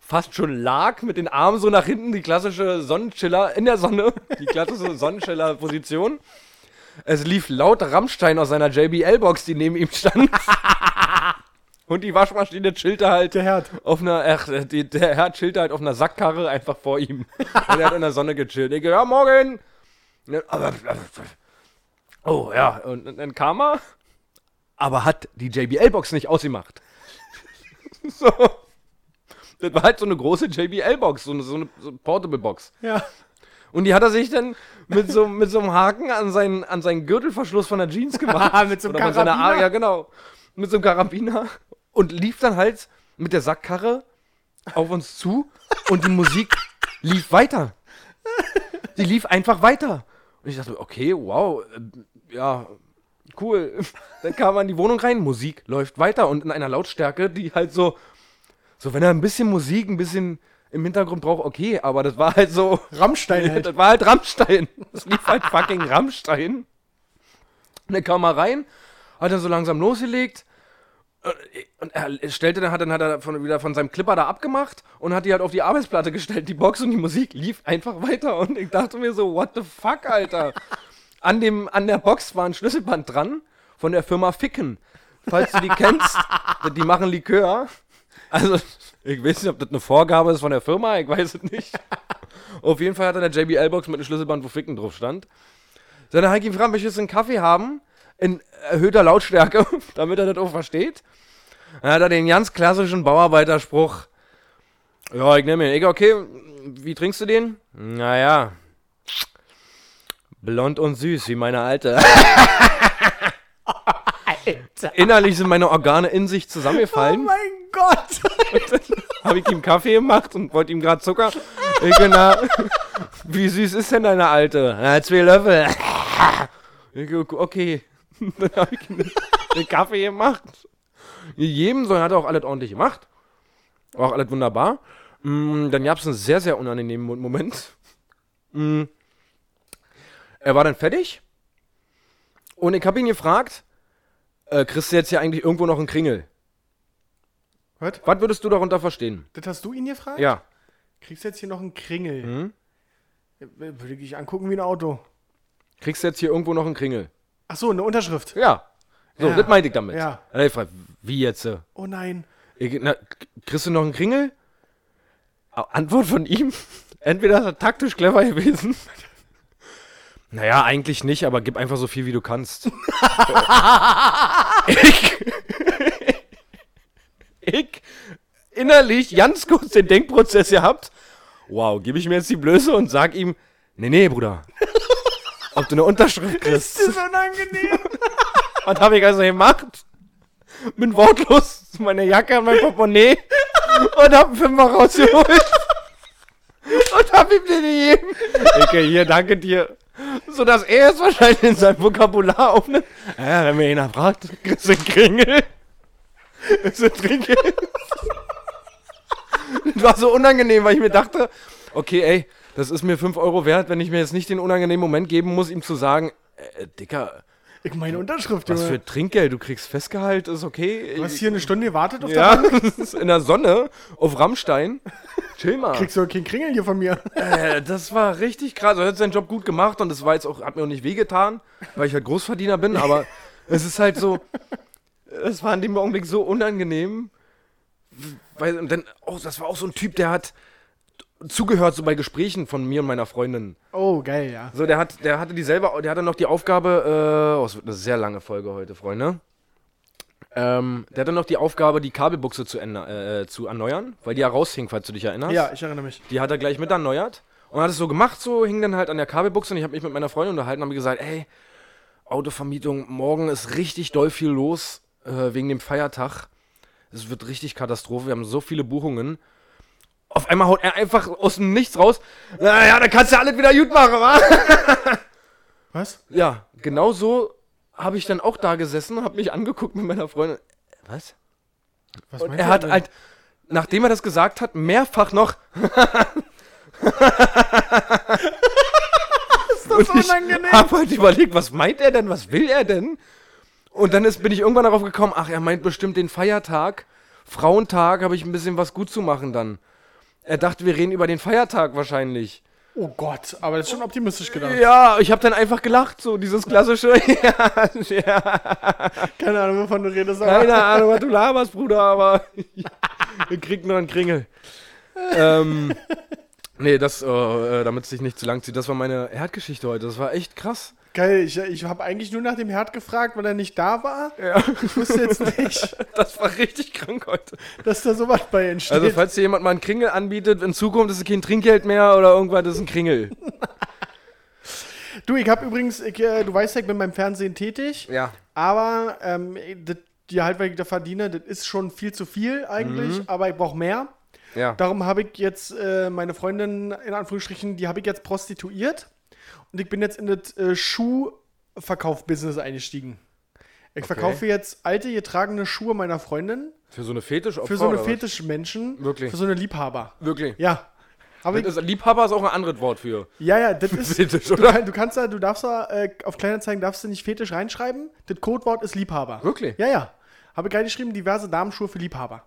[SPEAKER 4] fast schon lag, mit den Armen so nach hinten, die klassische Sonnenschiller in der Sonne, die
[SPEAKER 3] <laughs>
[SPEAKER 4] klassische Sonnenschiller-Position. Es lief laut Rammstein aus seiner JBL-Box, die neben ihm
[SPEAKER 3] <laughs>
[SPEAKER 4] stand. Und die Waschmaschine chillte halt
[SPEAKER 3] Der Herd.
[SPEAKER 4] auf einer, ach, die, der Herr chillte halt auf einer Sackkarre einfach vor ihm. Und er hat in der Sonne gechillt. Ich ja, morgen! Ne, Aber, oh ja, und, und dann kam er, aber hat die JBL-Box nicht ausgemacht. <laughs> so. Das war halt so eine große JBL-Box, so eine, so eine so eine Portable-Box.
[SPEAKER 3] Ja.
[SPEAKER 4] Und die hat er sich dann mit so, mit so einem Haken an seinen, an seinen Gürtelverschluss von der Jeans gemacht.
[SPEAKER 3] <laughs> Mit so einem
[SPEAKER 4] Oder von seiner
[SPEAKER 3] Karabiner?
[SPEAKER 4] Ar- Ja, genau. Mit so einem Karabiner. Und lief dann halt mit der Sackkarre auf uns zu und die Musik lief weiter. Die lief einfach weiter. Und ich dachte, okay, wow, äh, ja, cool. Dann kam er in die Wohnung rein, Musik läuft weiter und in einer Lautstärke, die halt so, so wenn er ein bisschen Musik, ein bisschen im Hintergrund braucht, okay, aber das war halt so,
[SPEAKER 3] Rammstein halt.
[SPEAKER 4] das war halt Rammstein. Das lief halt fucking Rammstein. Und er kam er rein, hat dann so langsam losgelegt äh, und er stellte dann, hat dann hat er von, wieder von seinem Clipper da abgemacht und hat die halt auf die Arbeitsplatte gestellt, die Box und die Musik lief einfach weiter und ich dachte mir so, what the fuck, Alter. An, dem, an der Box war ein Schlüsselband dran von der Firma Ficken. Falls du die kennst, die machen Likör. Also, ich weiß nicht, ob das eine Vorgabe ist von der Firma, ich weiß es nicht. Auf jeden Fall hat er eine JBL-Box mit einem Schlüsselband, wo Ficken drauf stand. Dann habe ich ihn gefragt, möchtest du einen Kaffee haben? In erhöhter Lautstärke, <laughs> damit er das auch versteht. Dann hat er den ganz klassischen Bauarbeiterspruch. Ja, ich nehme ihn. Ich, okay, wie trinkst du den? Naja. Blond und süß, wie meine alte. <laughs> Innerlich sind meine Organe in sich
[SPEAKER 3] Oh
[SPEAKER 4] zusammengefallen.
[SPEAKER 3] mein Gott!
[SPEAKER 4] Habe ich ihm Kaffee gemacht und wollte ihm gerade Zucker. Ich bin da, <laughs> wie süß ist denn deine alte? Na, zwei Löffel. <laughs> Ich, gu- okay. <laughs> Dann habe ich ihm einen Kaffee gemacht. Jedem, sondern hat er auch alles ordentlich gemacht. War Auch alles wunderbar. Mm, Dann gab es einen sehr, sehr unangenehmen Mo- Moment. Mm. Er war dann fertig. Und ich habe ihn gefragt, äh, kriegst du jetzt hier eigentlich irgendwo noch einen Kringel?
[SPEAKER 3] Was?
[SPEAKER 4] Was würdest du darunter verstehen?
[SPEAKER 3] Das hast du ihn gefragt?
[SPEAKER 4] Ja. Hm?
[SPEAKER 3] Kriegst jetzt hier noch einen Kringel? Würde ich angucken wie ein Auto.
[SPEAKER 4] kriegst du jetzt hier irgendwo noch einen Kringel?
[SPEAKER 3] Ach so, eine Unterschrift.
[SPEAKER 4] Ja. So,
[SPEAKER 3] Ja.
[SPEAKER 4] das meinte ich damit.
[SPEAKER 3] Ja.
[SPEAKER 4] Dann hab ich gefragt, wie jetzt? äh?
[SPEAKER 3] Oh nein.
[SPEAKER 4] Ich, na, k- kriegst du noch einen Kringel? A- Antwort von ihm, <laughs> entweder ist er taktisch clever gewesen. <laughs> Naja, eigentlich nicht, aber gib einfach so viel, wie du kannst. <laughs> ich, <laughs> ich innerlich ganz kurz den Denkprozess gehabt. Wow, gebe ich mir jetzt die Blöße und sag ihm, nee, nee, Bruder. Ob du eine
[SPEAKER 3] <laughs>
[SPEAKER 4] Unterschrift kriegst.
[SPEAKER 3] Das ist unangenehm.
[SPEAKER 4] Was habe ich also gemacht? Bin wortlos zu meiner Jacke an mein Portemonnaie und hab einen Fünfer rausgeholt. Und hab ihm den gegeben. Ecke, hier, danke dir. So dass er es wahrscheinlich in seinem Vokabular ne- aufnimmt. Ja, wenn mir einer fragt, kriegst du einen Kringel. Kriegst du einen Kringel. Das war so unangenehm, weil ich mir dachte, okay, ey, das ist mir 5 Euro wert, wenn ich mir jetzt nicht den unangenehmen Moment geben muss, ihm zu sagen, äh, Dicker,
[SPEAKER 3] <laughs> Ich meine Unterschrift,
[SPEAKER 4] was
[SPEAKER 3] Junge.
[SPEAKER 4] für Trinkgeld du kriegst festgehalten, ist okay. <laughs>
[SPEAKER 3] Du hast hier eine Stunde gewartet auf ja.
[SPEAKER 4] ja, <laughs> in der Sonne auf Rammstein. Chill mal.
[SPEAKER 3] Kriegst du keinen Kringel hier von mir?
[SPEAKER 4] Äh, das war richtig krass. Also, Er hat seinen Job gut gemacht und das war jetzt auch, hat mir auch nicht wehgetan, weil ich halt Großverdiener bin, <laughs> aber es ist halt so, es war in dem Augenblick so unangenehm. Weil, und dann, oh, das war auch so ein Typ, der hat zugehört, so bei Gesprächen von mir und meiner Freundin.
[SPEAKER 3] Oh, geil, ja.
[SPEAKER 4] So, der hat, der hatte die selber, der hatte noch die Aufgabe, äh, oh, es wird eine sehr lange Folge heute, Freunde. Ähm, der hatte noch die Aufgabe, die Kabelbuchse zu, ändern, äh, zu erneuern, weil die ja raushing, falls du dich erinnerst.
[SPEAKER 3] Ja, ich erinnere mich.
[SPEAKER 4] Die hat er gleich mit erneuert und hat es so gemacht, so hing dann halt an der Kabelbuchse und ich habe mich mit meiner Freundin unterhalten und habe gesagt, ey, Autovermietung, morgen ist richtig doll viel los äh, wegen dem Feiertag. Es wird richtig Katastrophe, wir haben so viele Buchungen. Auf einmal haut er einfach aus dem Nichts raus. Naja, dann kannst du alles wieder gut machen, wa?
[SPEAKER 3] Was?
[SPEAKER 4] Ja, genau so habe ich dann auch da gesessen und habe mich angeguckt mit meiner Freundin. Was?
[SPEAKER 3] Was
[SPEAKER 4] Und
[SPEAKER 3] meinst
[SPEAKER 4] er
[SPEAKER 3] du
[SPEAKER 4] hat
[SPEAKER 3] denn?
[SPEAKER 4] halt, nachdem er das gesagt hat, mehrfach noch.
[SPEAKER 3] Das
[SPEAKER 4] Ich
[SPEAKER 3] ist unangenehm.
[SPEAKER 4] habe halt überlegt, was meint er denn? Was will er denn? Und dann ist, bin ich irgendwann darauf gekommen, ach, er meint bestimmt den Feiertag. Frauentag habe ich ein bisschen was gut zu machen dann. Er dachte, wir reden über den Feiertag wahrscheinlich.
[SPEAKER 3] Oh Gott, aber das ist schon optimistisch gedacht.
[SPEAKER 4] Ja, ich habe dann einfach gelacht, so dieses klassische. <laughs> ja, ja.
[SPEAKER 3] Keine Ahnung, wovon du redest. aber-
[SPEAKER 4] Keine Ahnung, was du laberst, Bruder, aber <laughs> wir kriegen noch einen Kringel. ähm, nee, das, äh, äh, damit es sich nicht zu lang zieht, das war meine Erdgeschichte heute. Das war echt krass.
[SPEAKER 3] Geil, ich, ich habe eigentlich nur nach dem Herd gefragt, weil er nicht da war. Ich wusste jetzt nicht,
[SPEAKER 4] <laughs> Das war richtig krank heute.
[SPEAKER 3] dass da sowas bei entsteht.
[SPEAKER 4] Also, falls dir jemand mal einen Kringel anbietet, in Zukunft ist es kein Trinkgeld mehr oder irgendwas, das ist ein Kringel.
[SPEAKER 3] du, ich habe übrigens, ich, äh, du weißt ja, ich bin beim Fernsehen tätig.
[SPEAKER 4] Ja. Aber
[SPEAKER 3] Aber ähm, das, die halt, weil ich da verdiene, das ist schon viel zu viel eigentlich,
[SPEAKER 4] Mhm.
[SPEAKER 3] aber ich brauche mehr.
[SPEAKER 4] Ja.
[SPEAKER 3] Darum habe ich jetzt äh, meine Freundin, in Anführungsstrichen, die habe ich jetzt prostituiert. Und ich bin jetzt in das äh, Schuhverkauf-Business eingestiegen. Ich verkaufe jetzt alte getragene Schuhe meiner Freundin
[SPEAKER 4] Für so eine fetisch
[SPEAKER 3] für so eine Fetischmenschen,
[SPEAKER 4] Wirklich?
[SPEAKER 3] für so eine Liebhaber.
[SPEAKER 4] Wirklich.
[SPEAKER 3] Ja. Aber ich,
[SPEAKER 4] Das ist, Liebhaber ist auch ein anderes Wort für.
[SPEAKER 3] ja,
[SPEAKER 4] <laughs>
[SPEAKER 3] ja, das ist.
[SPEAKER 4] Fetisch,
[SPEAKER 3] du,
[SPEAKER 4] oder?
[SPEAKER 3] kann- du kannst da, du darfst da, äh, auf Kleinanzeigen darfst du nicht fetisch reinschreiben. Das Codewort ist Liebhaber.
[SPEAKER 4] Wirklich?
[SPEAKER 3] Ja, ja. Habe ich reingeschrieben, diverse Damenschuhe für Liebhaber.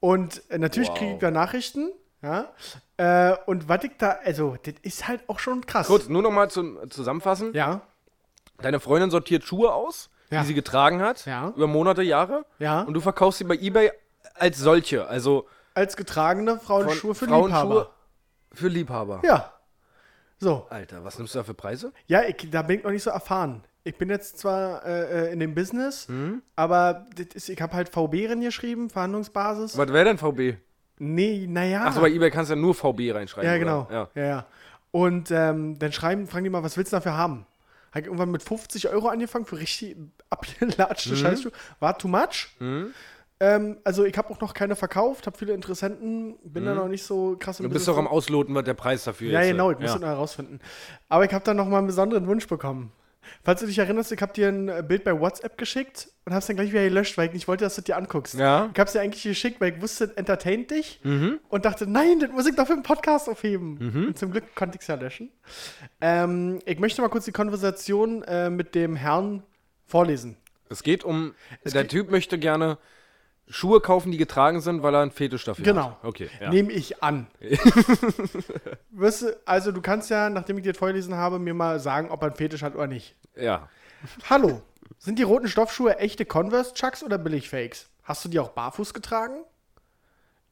[SPEAKER 3] Und äh, natürlich
[SPEAKER 4] Wow.
[SPEAKER 3] kriege ich da Nachrichten. Ja. Äh, und was ich da, also, das ist halt auch schon krass.
[SPEAKER 4] Kurz, nur nochmal zum äh, Zusammenfassen.
[SPEAKER 3] Ja,
[SPEAKER 4] Deine Freundin sortiert Schuhe aus,
[SPEAKER 3] Ja.
[SPEAKER 4] die sie getragen hat,
[SPEAKER 3] Ja.
[SPEAKER 4] über Monate, Jahre.
[SPEAKER 3] Ja.
[SPEAKER 4] Ah. Und du verkaufst sie bei Ebay als solche, also
[SPEAKER 3] als getragene Frauenschuhe für Liebhaber.
[SPEAKER 4] für Liebhaber.
[SPEAKER 3] Ja. So.
[SPEAKER 4] Alter, was nimmst du da für Preise?
[SPEAKER 3] Ja, ich, da bin ich noch nicht so erfahren. Ich bin jetzt zwar äh, äh, in dem Business,
[SPEAKER 4] Mhm.
[SPEAKER 3] aber das ist, ich habe halt VB-Rennen geschrieben, Verhandlungsbasis.
[SPEAKER 4] Was wäre denn VB?
[SPEAKER 3] Nee, naja.
[SPEAKER 4] Achso, bei Ebay kannst du ja nur VB reinschreiben.
[SPEAKER 3] ja,
[SPEAKER 4] oder?
[SPEAKER 3] genau.
[SPEAKER 4] Ja.
[SPEAKER 3] Ja. Ja, Und ähm, dann schreiben, fragen die mal, was willst du dafür haben? Hab ich irgendwann mit 50 Euro angefangen für richtig <laughs>
[SPEAKER 4] Mhm.
[SPEAKER 3] abgelatschte Scheißschuhe. War too much. Ähm, also ich habe auch noch keine verkauft, habe viele Interessenten, bin da noch nicht so krass im
[SPEAKER 4] Du Mhm. bist
[SPEAKER 3] Business
[SPEAKER 4] doch am Ausloten, was der Preis dafür
[SPEAKER 3] Ja,
[SPEAKER 4] ist.
[SPEAKER 3] genau, ich muss
[SPEAKER 4] ja.
[SPEAKER 3] das noch herausfinden. Aber ich habe dann noch mal einen besonderen Wunsch bekommen. Falls du dich erinnerst, ich habe dir ein äh, Bild bei WhatsApp geschickt und habe es dann gleich wieder gelöscht, weil ich nicht wollte, dass du dir anguckst.
[SPEAKER 4] Ja. Mhm.
[SPEAKER 3] Ich habe es dir eigentlich geschickt, weil ich wusste, es entertaint dich und dachte, nein, das muss ich doch für den Podcast aufheben. Und zum Glück konnte ich es ja löschen. Ähm, ich möchte mal kurz die Konversation äh, mit dem Herrn vorlesen.
[SPEAKER 4] Es geht um, der Typ möchte gerne Schuhe kaufen, die getragen sind, weil er einen Fetisch dafür
[SPEAKER 3] Genau.
[SPEAKER 4] hat. Okay. Ja.
[SPEAKER 3] Nehme
[SPEAKER 4] <laughs>
[SPEAKER 3] ich an. Wirst du- also du kannst ja, nachdem ich dir das vorgelesen habe, mir mal sagen, ob er einen Fetisch hat oder nicht.
[SPEAKER 4] ja.
[SPEAKER 3] Hallo, sind die roten Stoffschuhe echte Converse Chucks oder Billigfakes? Hast du die auch barfuß getragen?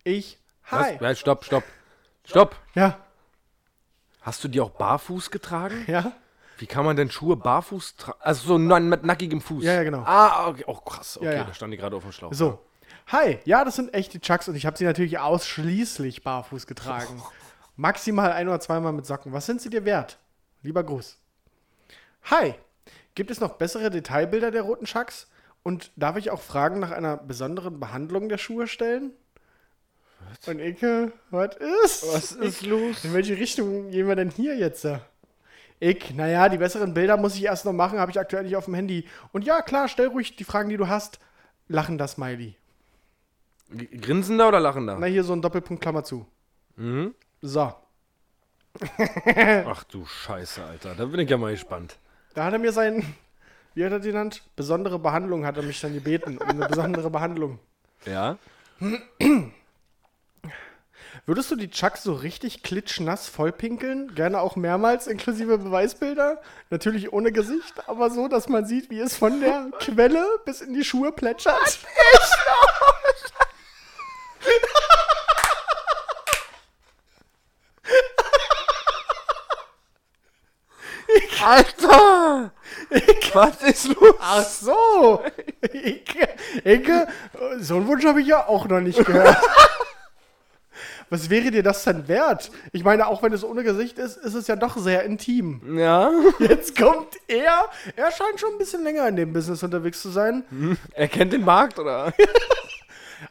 [SPEAKER 3] Ich. Hi.
[SPEAKER 4] Was? Ja, Stopp, stopp. Stopp.
[SPEAKER 3] Ja,
[SPEAKER 4] Hast du die auch barfuß getragen?
[SPEAKER 3] ja.
[SPEAKER 4] Wie kann man denn Schuhe barfuß tragen? Also so na- mit nackigem Fuß.
[SPEAKER 3] Ja, ja, genau.
[SPEAKER 4] Ah, okay. Oh, krass. Okay,
[SPEAKER 3] ja.
[SPEAKER 4] da stand ich gerade auf dem Schlauch.
[SPEAKER 3] So. Hi, ja, das sind echte Chucks und ich habe sie natürlich ausschließlich barfuß getragen. Maximal ein oder zweimal mit Socken. Was sind sie dir wert? Lieber Gruß. Hi, gibt es noch bessere Detailbilder der roten Chucks? Und darf ich auch Fragen nach einer besonderen Behandlung der Schuhe stellen? Und Icke, was ist?
[SPEAKER 4] Was ist los?
[SPEAKER 3] In welche Richtung gehen wir denn hier jetzt? äh? Ich, naja, die besseren Bilder muss ich erst noch machen, habe ich aktuell nicht auf dem Handy. Und ja, klar, stell ruhig die Fragen, die du hast. Lachen das Smiley.
[SPEAKER 4] G- Grinsender oder lachender?
[SPEAKER 3] Na, hier so ein Doppelpunkt, Klammer zu. So.
[SPEAKER 4] Ach du Scheiße, Alter. Da bin ich ja mal gespannt.
[SPEAKER 3] Da hat er mir sein, wie hat er die genannt? Besondere Behandlung hat er mich dann gebeten. Um eine besondere Behandlung.
[SPEAKER 4] Ja?
[SPEAKER 3] Würdest du die Chucks so richtig klitschnass vollpinkeln? Gerne auch mehrmals, inklusive Beweisbilder. Natürlich ohne Gesicht, aber so, dass man sieht, wie es von der Quelle bis in die Schuhe plätschert.
[SPEAKER 4] Alter! <laughs> Was ist los?
[SPEAKER 3] Ach so. Ecke, Ecke, so einen Wunsch habe ich ja auch noch
[SPEAKER 4] <laughs>
[SPEAKER 3] nicht gehört. Was wäre dir das denn wert? Ich meine, auch wenn es ohne Gesicht ist, ist es ja doch sehr intim.
[SPEAKER 4] <laughs> Ja?
[SPEAKER 3] Jetzt kommt er. Er scheint schon ein bisschen länger in dem Business unterwegs zu sein.
[SPEAKER 4] Er kennt den Markt, oder?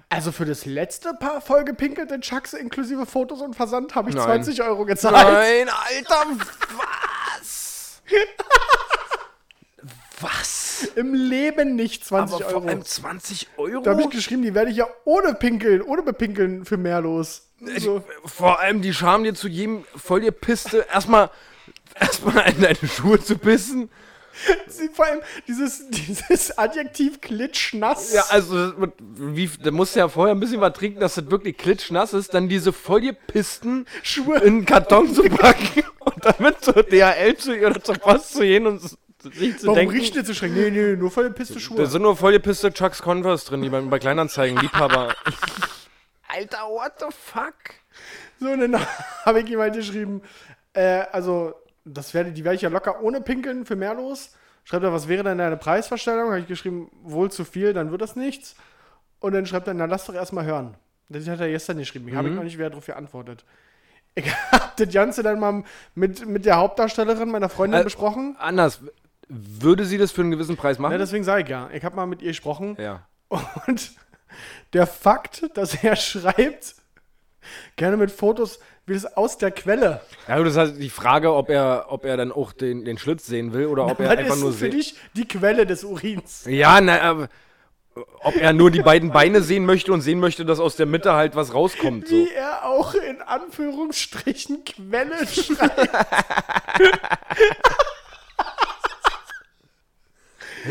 [SPEAKER 3] Also für das letzte paar vollgepinkelte Chucks inklusive Fotos und Versand habe ich
[SPEAKER 4] Nein.
[SPEAKER 3] 20 Euro gezahlt.
[SPEAKER 4] Nein, Alter, was? was?
[SPEAKER 3] Im Leben nicht 20
[SPEAKER 4] Aber vor
[SPEAKER 3] Euro.
[SPEAKER 4] allem 20 Euro?
[SPEAKER 3] Da habe ich geschrieben, die werde ich ja ohne Pinkeln, ohne Bepinkeln für mehr los.
[SPEAKER 4] Äh,
[SPEAKER 3] So.
[SPEAKER 4] vor allem, die schamen dir zu jedem voll dir Piste erstmal <laughs> erstmal in deine Schuhe zu pissen.
[SPEAKER 3] Sie, vor allem dieses, <laughs> dieses Adjektiv klitschnass.
[SPEAKER 4] Ja, also das- mit- wie, da musst du ja vorher ein bisschen was trinken, dass das wirklich klitschnass ist, dann diese vollgepisten <laughs>
[SPEAKER 3] Schuhe.
[SPEAKER 4] in einen Karton zu packen und damit zur DHL zu oder zur Post zu gehen und s- sich zu
[SPEAKER 3] Warum
[SPEAKER 4] denken.
[SPEAKER 3] riecht denn so schrecklich? Nee, nee, nur voll piste Schuhe.
[SPEAKER 4] Da sind nur vollgepisste Chucks Converse drin, die bei, bei Kleinanzeigen Liebhaber.
[SPEAKER 3] <laughs>
[SPEAKER 4] Alter, what the fuck?
[SPEAKER 3] So, und dann <laughs> habe ich jemand geschrieben, äh, also, das werde, die werde ich ja locker ohne Pinkeln für mehr los. Schreibt er, was wäre denn deine Preisverstellung? Habe ich geschrieben, wohl zu viel, dann wird das nichts. Und dann schreibt er, na, lass doch erstmal hören. Das hat er gestern geschrieben. Ich habe ich
[SPEAKER 4] Mhm.
[SPEAKER 3] noch nicht wieder darauf geantwortet. Ich <laughs> habe das Ganze dann mal mit, mit der Hauptdarstellerin meiner Freundin
[SPEAKER 4] Äh,
[SPEAKER 3] besprochen.
[SPEAKER 4] Anders, w- würde sie das für einen gewissen Preis machen?
[SPEAKER 3] Ja, deswegen sage ich ja. Ich habe mal mit ihr gesprochen.
[SPEAKER 4] ja.
[SPEAKER 3] Und der Fakt, dass er schreibt, gerne mit Fotos, wie das aus der Quelle.
[SPEAKER 4] Ja, gut, das heißt die Frage, ob er, ob er dann auch den, den Schlitz sehen will oder ob er
[SPEAKER 3] Was
[SPEAKER 4] einfach
[SPEAKER 3] ist
[SPEAKER 4] nur
[SPEAKER 3] für
[SPEAKER 4] sehen.
[SPEAKER 3] dich die Quelle des Urins?
[SPEAKER 4] Ja, na, aber ob er nur die beiden Beine sehen möchte und sehen möchte, dass aus der Mitte halt was rauskommt. So.
[SPEAKER 3] Wie er auch in Anführungsstrichen Quelle schreibt.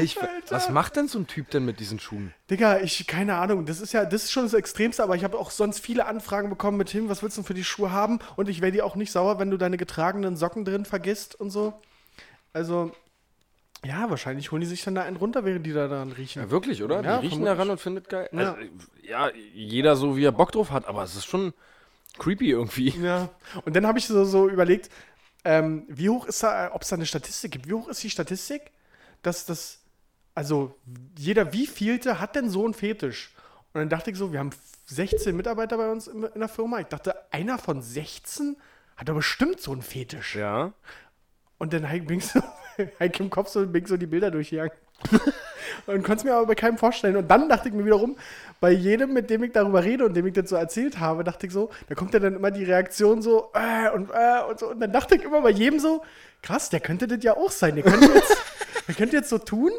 [SPEAKER 4] Ich, was macht denn so ein Typ denn mit diesen Schuhen?
[SPEAKER 3] <laughs> Digga, ich, keine Ahnung, das ist ja, das ist schon das Extremste, aber ich habe auch sonst viele Anfragen bekommen mit Tim, was willst du denn für die Schuhe haben? Und ich werde dir auch nicht sauer, wenn du deine getragenen Socken drin vergisst und so. Also, ja, wahrscheinlich holen die sich dann da einen runter, während die da dran riechen.
[SPEAKER 4] Ja, wirklich, oder?
[SPEAKER 3] Ja,
[SPEAKER 4] die riechen
[SPEAKER 3] vermutlich.
[SPEAKER 4] daran und findet geil. Also, ja, jeder so, wie er Bock drauf hat, aber es ist schon creepy irgendwie.
[SPEAKER 3] Ja. Und dann habe ich so, so überlegt, ähm, wie hoch ist da, ob es da eine Statistik gibt? Wie hoch ist die Statistik, dass das, also jeder wievielte hat denn so einen Fetisch? Und dann dachte ich so, wir haben 16 Mitarbeiter bei uns in, in der Firma. Ich dachte, einer von 16 hat doch bestimmt so einen Fetisch.
[SPEAKER 4] Ja.
[SPEAKER 3] Und dann hab ich- bin ich so, <laughs> hab ich im Kopf so, bin ich so die
[SPEAKER 4] <laughs>
[SPEAKER 3] Bilder durchgegangen. und konnte es mir aber bei keinem vorstellen. Und dann dachte ich mir wiederum, bei jedem, mit dem ich darüber rede und dem ich das so erzählt habe, dachte ich so, da kommt ja dann immer die Reaktion so, äh, und äh, und so. Und dann dachte ich immer bei jedem so, krass, der könnte das ja auch sein. Der könnte
[SPEAKER 4] <laughs>
[SPEAKER 3] jetzt, der könnte jetzt so tun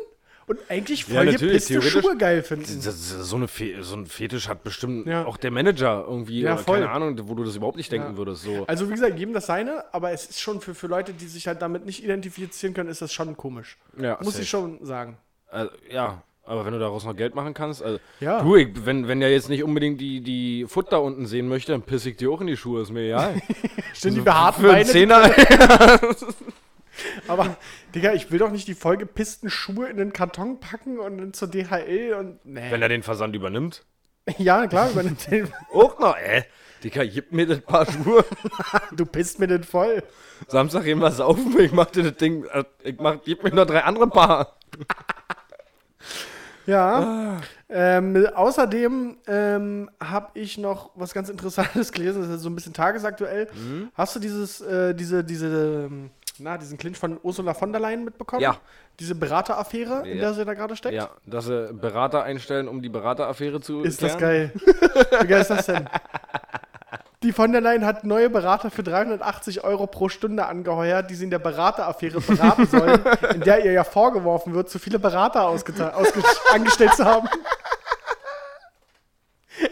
[SPEAKER 3] und eigentlich
[SPEAKER 4] Ja,
[SPEAKER 3] voll
[SPEAKER 4] natürlich,
[SPEAKER 3] gepisste
[SPEAKER 4] theoretisch.
[SPEAKER 3] Schuhe geil finden.
[SPEAKER 4] Das, das, so, eine Fe so ein Fetisch hat bestimmt
[SPEAKER 3] Ja.
[SPEAKER 4] auch der Manager irgendwie,
[SPEAKER 3] Ja,
[SPEAKER 4] oder
[SPEAKER 3] voll.
[SPEAKER 4] keine Ahnung, wo du das überhaupt nicht denken würdest. So.
[SPEAKER 3] Also wie gesagt, jedem das seine, aber es ist schon für, für Leute, die sich halt damit nicht identifizieren können, ist das schon komisch.
[SPEAKER 4] Ja,
[SPEAKER 3] Muss
[SPEAKER 4] safe.
[SPEAKER 3] ich schon sagen.
[SPEAKER 4] Also, ja, aber wenn du daraus noch Geld machen kannst, also
[SPEAKER 3] Ja.
[SPEAKER 4] du, ich, wenn, wenn der jetzt nicht unbedingt die, die Foot da unten sehen möchte, dann pisse ich dir auch in die Schuhe, ist mir egal.
[SPEAKER 3] Stimmt, <laughs> die behaarten
[SPEAKER 4] Für einen
[SPEAKER 3] Beine,
[SPEAKER 4] Zehner.
[SPEAKER 3] Aber, Digga, ich will doch nicht die vollgepissten Schuhe in den Karton packen und dann zur DHL und. Nee.
[SPEAKER 4] wenn er den Versand übernimmt.
[SPEAKER 3] ja, klar, übernimmt den, <laughs>
[SPEAKER 4] Auch noch, ey. Dicker, gib mir das paar Schuhe.
[SPEAKER 3] du pisst mir den voll.
[SPEAKER 4] Samstag gehen wir saufen, ich mach dir das Ding, äh, ich mach, gib mir noch drei andere Paar. Ah.
[SPEAKER 3] Ja. Ähm, außerdem ähm, habe ich noch was ganz Interessantes <laughs> gelesen, das ist so ein bisschen tagesaktuell.
[SPEAKER 4] Mhm.
[SPEAKER 3] Hast du dieses, äh, diese, diese, ähm, na, diesen Clinch von Ursula von der Leyen mitbekommen?
[SPEAKER 4] Ja.
[SPEAKER 3] Diese Berateraffäre, in
[SPEAKER 4] Ja.
[SPEAKER 3] der sie da gerade steckt?
[SPEAKER 4] Ja, dass sie Berater einstellen, um die Berateraffäre zu
[SPEAKER 3] Ist das
[SPEAKER 4] klären.
[SPEAKER 3] geil. Wie geil ist das
[SPEAKER 4] <laughs>
[SPEAKER 3] denn? Die von der Leyen hat neue Berater für 380 Euro pro Stunde angeheuert, die sie in der Berateraffäre beraten sollen, in der ihr ja vorgeworfen wird, zu viele Berater ausgeta- ausge
[SPEAKER 4] <laughs>
[SPEAKER 3] angestellt zu haben.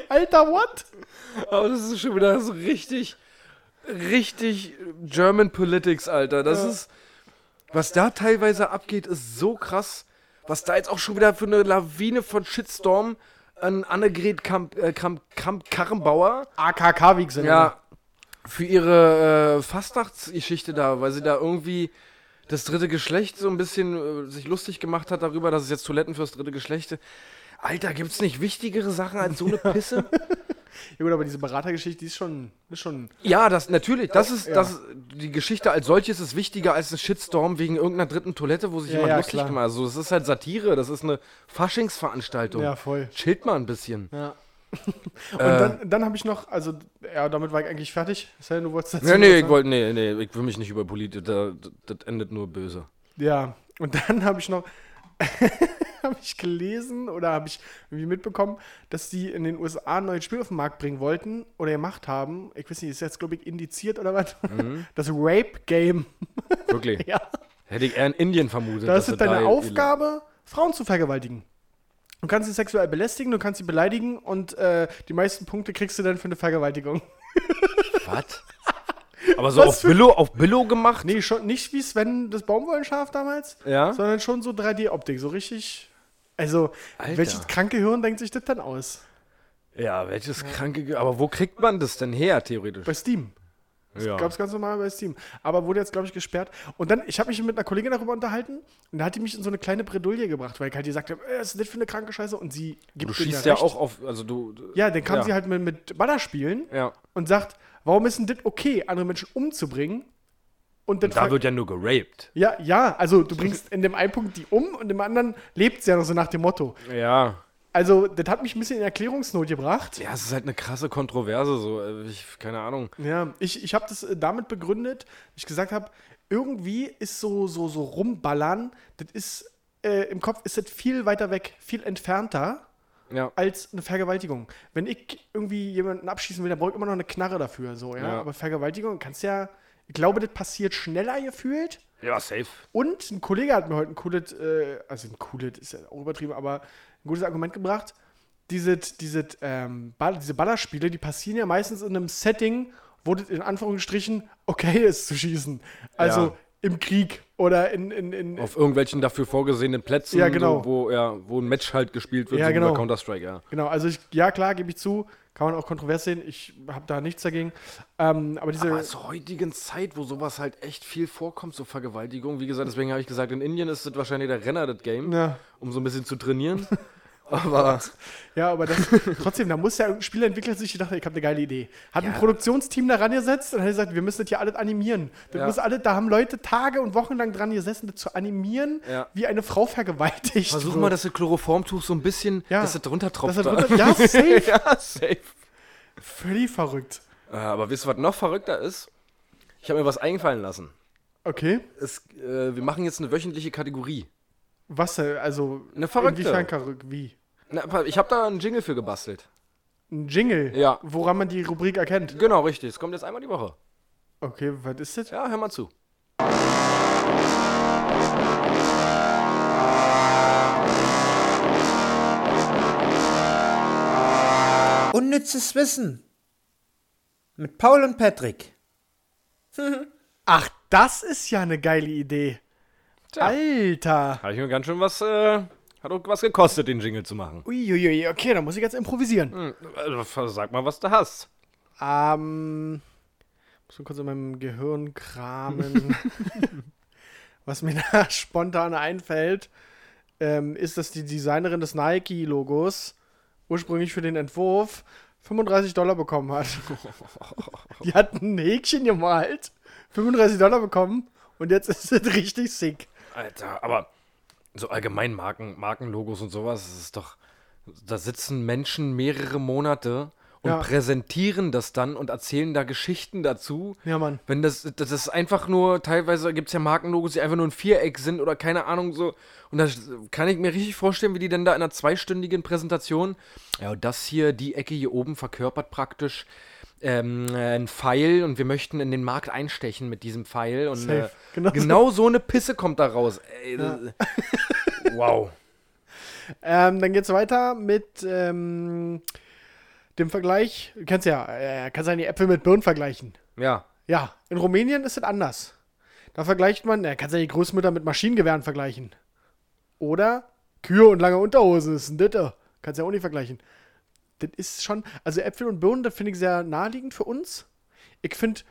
[SPEAKER 3] Alter, what?
[SPEAKER 4] Aber das ist schon wieder so richtig, richtig German Politics, Alter. Das ist, was da teilweise abgeht, ist so krass. Was da jetzt auch schon wieder für eine Lawine von Shitstorm an Annegret Kamp, äh, Kramp, Kramp Karrenbauer
[SPEAKER 3] AKK wie sind
[SPEAKER 4] Ja, für ihre äh, Fastnachtsgeschichte da, weil sie da irgendwie das dritte Geschlecht so ein bisschen äh, sich lustig gemacht hat darüber, dass es jetzt Toiletten fürs dritte Geschlecht. Alter, gibt's nicht wichtigere Sachen als so eine Pisse?
[SPEAKER 3] ja gut, aber diese Beratergeschichte, die ist schon, ist schon
[SPEAKER 4] ja, das natürlich, das ist das die Geschichte als solches ist wichtiger als ein Shitstorm wegen irgendeiner dritten Toilette, wo sich
[SPEAKER 3] Ja,
[SPEAKER 4] jemand
[SPEAKER 3] ja,
[SPEAKER 4] lustig
[SPEAKER 3] klar.
[SPEAKER 4] gemacht hat. Also, es ist halt Satire, das ist eine Faschingsveranstaltung.
[SPEAKER 3] Ja, voll.
[SPEAKER 4] Chillt mal ein bisschen.
[SPEAKER 3] Ja. Und
[SPEAKER 4] Äh.
[SPEAKER 3] dann, dann habe ich noch, also, ja, damit war ich eigentlich fertig. Sei denn, du wolltest dazu
[SPEAKER 4] Nee,
[SPEAKER 3] was
[SPEAKER 4] nee, ich
[SPEAKER 3] sagen?
[SPEAKER 4] wollte nee, nee, ich will mich nicht über Politik, da- das, das endet nur böse.
[SPEAKER 3] Ja, und dann habe ich noch <laughs> habe ich gelesen oder habe ich irgendwie mitbekommen, dass die in den USA ein neues Spiel auf den Markt bringen wollten oder gemacht haben. Ich weiß nicht, ist jetzt, glaube ich, indiziert oder was? <laughs> Das Rape Game.
[SPEAKER 4] Wirklich.
[SPEAKER 3] Mhm. <laughs> Ja.
[SPEAKER 4] Hätte ich eher in Indien vermutet.
[SPEAKER 3] Das
[SPEAKER 4] dass
[SPEAKER 3] ist
[SPEAKER 4] sie
[SPEAKER 3] deine
[SPEAKER 4] da-
[SPEAKER 3] Aufgabe, Frauen zu vergewaltigen. Du kannst sie sexuell belästigen, du kannst sie beleidigen und äh, die meisten Punkte kriegst du dann für eine Vergewaltigung. <laughs>
[SPEAKER 4] Was? Aber so auf
[SPEAKER 3] für-
[SPEAKER 4] Billo, auf Billo gemacht?
[SPEAKER 3] Nee, schon nicht wie Sven das Baumwollenschaf damals,
[SPEAKER 4] Ja?
[SPEAKER 3] sondern schon so 3D-Optik, so richtig. Also,
[SPEAKER 4] Alter.
[SPEAKER 3] welches kranke Hirn denkt sich das dann aus?
[SPEAKER 4] Ja, welches kranke. Ge Aber wo kriegt man das denn her, theoretisch?
[SPEAKER 3] Bei Steam.
[SPEAKER 4] Ja.
[SPEAKER 3] Gab es ganz normal bei Steam. Aber wurde jetzt, glaube ich, gesperrt. Und dann, ich habe mich mit einer Kollegin darüber unterhalten und da hat die mich in so eine kleine Bredouille gebracht, weil ich halt gesagt habe, äh, was ist das für eine kranke Scheiße? Und sie gibt
[SPEAKER 4] Du
[SPEAKER 3] denen
[SPEAKER 4] schießt ja
[SPEAKER 3] recht.
[SPEAKER 4] auch auf. Also du. du-
[SPEAKER 3] Ja, dann kam
[SPEAKER 4] Ja.
[SPEAKER 3] sie halt mit, mit Ballerspielen
[SPEAKER 4] Ja.
[SPEAKER 3] und sagt, warum ist denn das okay, andere Menschen umzubringen? Und dann
[SPEAKER 4] Da wird ja nur geraped.
[SPEAKER 3] ja, ja, also du bringst in dem einen Punkt die um und im anderen lebt sie ja noch so nach dem Motto.
[SPEAKER 4] Ja.
[SPEAKER 3] Also, das hat mich ein bisschen in Erklärungsnot gebracht.
[SPEAKER 4] Ja, es ist halt eine krasse Kontroverse, so. äh, Ich, keine Ahnung.
[SPEAKER 3] Ja, ich, ich habe das äh, damit begründet, dass ich gesagt habe, irgendwie ist so, so, so rumballern, das ist äh, im Kopf ist das viel weiter weg, viel entfernter.
[SPEAKER 4] Ja.
[SPEAKER 3] als eine Vergewaltigung. Wenn ich irgendwie jemanden abschießen will, dann brauche ich immer noch eine Knarre dafür. So, ja?
[SPEAKER 4] Ja.
[SPEAKER 3] Aber Vergewaltigung kannst ja, ich glaube, das passiert schneller gefühlt.
[SPEAKER 4] Ja, safe.
[SPEAKER 3] Und ein Kollege hat mir heute ein cooles, äh, also ein cooles ist ja auch übertrieben, aber ein gutes Argument gebracht. Diese, diese, ähm, Ball, diese Ballerspiele, die passieren ja meistens in einem Setting, wo das in Anführungsstrichen okay ist zu schießen. Also
[SPEAKER 4] Ja.
[SPEAKER 3] im Krieg oder in, in, in,
[SPEAKER 4] Auf irgendwelchen dafür vorgesehenen Plätzen,
[SPEAKER 3] Ja, genau.
[SPEAKER 4] so, wo, ja, wo ein Match halt gespielt wird,
[SPEAKER 3] Ja,
[SPEAKER 4] so wie bei
[SPEAKER 3] genau.
[SPEAKER 4] Counter-Strike, ja.
[SPEAKER 3] Genau, also ich, ja klar, gebe ich zu, kann man auch kontrovers sehen, ich habe da nichts dagegen. Ähm, aber diese,
[SPEAKER 4] Aber zur heutigen Zeit, wo sowas halt echt viel vorkommt, so Vergewaltigung, wie gesagt, deswegen habe ich gesagt, in Indien ist das wahrscheinlich der Renner, das Game,
[SPEAKER 3] Ja. Oh
[SPEAKER 4] um so ein bisschen zu
[SPEAKER 3] <laughs>
[SPEAKER 4] trainieren. <laughs> Aber
[SPEAKER 3] ja, aber
[SPEAKER 4] <laughs>
[SPEAKER 3] das, trotzdem, da muss ja irgendein Spieler entwickelt sich, ich dachte, ich habe eine geile Idee. Hat ein
[SPEAKER 4] Ja.
[SPEAKER 3] Produktionsteam da rangesetzt und hat gesagt, wir müssen das hier alles animieren. Das
[SPEAKER 4] Ja.
[SPEAKER 3] muss alle, da haben Leute Tage und Wochen lang dran gesessen, das zu animieren,
[SPEAKER 4] Ja.
[SPEAKER 3] wie eine Frau vergewaltigt
[SPEAKER 4] versuch
[SPEAKER 3] wird.
[SPEAKER 4] mal, dass das Chloroformtuch so ein bisschen,
[SPEAKER 3] Ja.
[SPEAKER 4] dass das drunter tropft.
[SPEAKER 3] Dass er
[SPEAKER 4] da.
[SPEAKER 3] drunter- ja, safe.
[SPEAKER 4] <laughs> ja, safe.
[SPEAKER 3] Völlig verrückt.
[SPEAKER 4] Äh, Aber wisst ihr, was noch verrückter ist? Ich habe mir was eingefallen lassen.
[SPEAKER 3] Okay,
[SPEAKER 4] Es, äh, wir machen jetzt eine wöchentliche Kategorie.
[SPEAKER 3] was, äh, also,
[SPEAKER 4] Eine verrückte.
[SPEAKER 3] inwiefern verrückt, wie?
[SPEAKER 4] Na, ich habe da einen Jingle für gebastelt.
[SPEAKER 3] Ein Jingle,
[SPEAKER 4] Ja.
[SPEAKER 3] woran man die Rubrik erkennt.
[SPEAKER 4] Genau, richtig. Es kommt jetzt einmal die Woche.
[SPEAKER 3] Okay, was ist das?
[SPEAKER 4] Ja, hör mal zu.
[SPEAKER 5] Unnützes Wissen. Mit Paul und Patrick.
[SPEAKER 3] Ach, das ist ja eine geile Idee.
[SPEAKER 4] Tja.
[SPEAKER 3] Alter.
[SPEAKER 4] Habe ich mir ganz schön was, äh, hat auch was gekostet, den Jingle zu machen.
[SPEAKER 3] Uiuiui, okay, da muss ich jetzt improvisieren.
[SPEAKER 4] Hm, also, sag mal, was du hast.
[SPEAKER 3] Ähm, muss mal kurz in meinem Gehirn <laughs> kramen. Was mir <laughs> da spontan einfällt, ähm, ist, dass die Designerin des Nike-Logos ursprünglich für den Entwurf 35 Dollar bekommen <laughs> hat. Die hat ein Häkchen gemalt, 35 Dollar bekommen und jetzt ist es <laughs> richtig sick.
[SPEAKER 4] Alter, aber so allgemein Marken, Markenlogos und sowas, das ist doch, da sitzen Menschen mehrere Monate und
[SPEAKER 3] Ja.
[SPEAKER 4] präsentieren das dann und erzählen da Geschichten dazu.
[SPEAKER 3] Ja, Mann.
[SPEAKER 4] Wenn das, das ist einfach nur, teilweise gibt es ja Markenlogos, die einfach nur ein Viereck sind oder keine Ahnung so. Und da kann ich mir richtig vorstellen, wie die dann da in einer zweistündigen Präsentation, ja, und das hier, die Ecke hier oben verkörpert praktisch ähm, äh, ein Pfeil und wir möchten in den Markt einstechen mit diesem Pfeil. Und
[SPEAKER 3] Safe.
[SPEAKER 4] äh,
[SPEAKER 3] Genau
[SPEAKER 4] genau,
[SPEAKER 3] so.
[SPEAKER 4] so eine Pisse kommt da raus. Ey, das- Wow.
[SPEAKER 3] Ähm, dann geht's weiter mit ähm, dem Vergleich. Du kennst ja, äh, kannst ja die Äpfel mit Birnen vergleichen.
[SPEAKER 4] Ja.
[SPEAKER 3] Ja, in Rumänien ist es anders. Da vergleicht man, äh, kannst ja die Großmütter mit Maschinengewehren vergleichen. Oder Kühe und lange Unterhosen ist ein Ditte. Kannst ja auch nicht vergleichen. Das ist schon, also Äpfel und Birnen, das finde ich sehr naheliegend für uns. Ich finde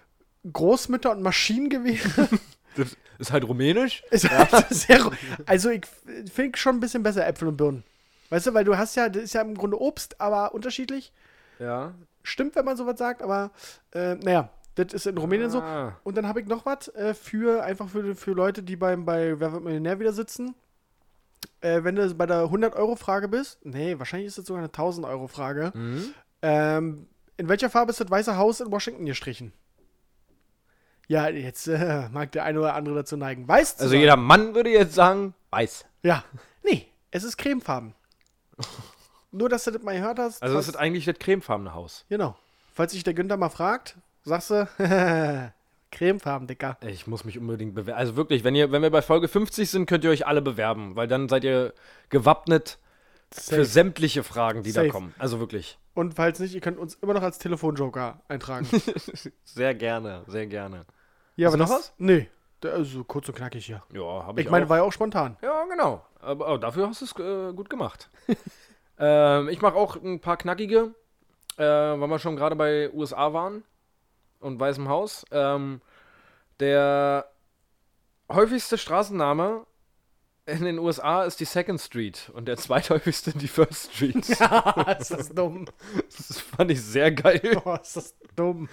[SPEAKER 3] Großmütter und Maschinengewehre
[SPEAKER 4] Das ist halt rumänisch.
[SPEAKER 3] <laughs> ist halt <laughs> sehr, ru- also ich finde schon ein bisschen besser Äpfel und Birnen. Weißt du, weil du hast ja, das ist ja im Grunde Obst, aber unterschiedlich.
[SPEAKER 4] Ja.
[SPEAKER 3] Stimmt, wenn man sowas sagt, aber äh, naja, das ist in Rumänien so.
[SPEAKER 4] Ah.
[SPEAKER 3] Und dann habe ich noch was äh, für einfach für, für Leute, die beim bei Wer wird Millionär wieder sitzen. Äh, wenn du bei der 100-Euro-Frage bist, nee, wahrscheinlich ist das sogar eine 1000-Euro-Frage.
[SPEAKER 4] Mhm.
[SPEAKER 3] Ähm, in welcher Farbe ist das Weiße Haus in Washington gestrichen? Ja, jetzt äh, mag der eine oder andere dazu neigen. Weiß zu
[SPEAKER 4] Also
[SPEAKER 3] sagen.
[SPEAKER 4] jeder Mann würde jetzt sagen, weiß.
[SPEAKER 3] Ja. Nee, es ist cremefarben. Nur, dass du das mal gehört hast.
[SPEAKER 4] Also
[SPEAKER 3] falls-
[SPEAKER 4] das ist eigentlich das cremefarbene Haus.
[SPEAKER 3] genau. Falls sich der Günther mal fragt, sagst du, <laughs> cremefarben, Dicker.
[SPEAKER 4] Ich muss mich unbedingt bewerben. Also wirklich, wenn, ihr, wenn wir bei Folge 50 sind, könnt ihr euch alle bewerben, weil dann seid ihr gewappnet für sämtliche Fragen, die
[SPEAKER 3] Safe.
[SPEAKER 4] da kommen. Also wirklich.
[SPEAKER 3] Und falls nicht, ihr könnt uns immer noch als Telefonjoker
[SPEAKER 4] <laughs>
[SPEAKER 3] eintragen.
[SPEAKER 4] Sehr gerne, sehr gerne.
[SPEAKER 3] ja,
[SPEAKER 4] Hast du
[SPEAKER 3] aber
[SPEAKER 4] noch
[SPEAKER 3] das-
[SPEAKER 4] was?
[SPEAKER 3] Nee. Da- Also kurz und knackig hier.
[SPEAKER 4] Ja, habe ich,
[SPEAKER 3] Ich meine,
[SPEAKER 4] auch.
[SPEAKER 3] war ja
[SPEAKER 4] <laughs>
[SPEAKER 3] auch spontan.
[SPEAKER 4] Ja, genau. Aber aber dafür hast du es äh, gut gemacht. <laughs> ähm, ich mache auch ein paar knackige, äh, weil wir schon gerade bei USA waren und Weißem Haus. Ähm, der häufigste Straßenname in den USA ist die Second Street und der <laughs> zweithäufigste die First Street. Ah,
[SPEAKER 3] ist das <laughs> dumm.
[SPEAKER 4] Das fand ich sehr geil.
[SPEAKER 3] Oh, ist das dumm.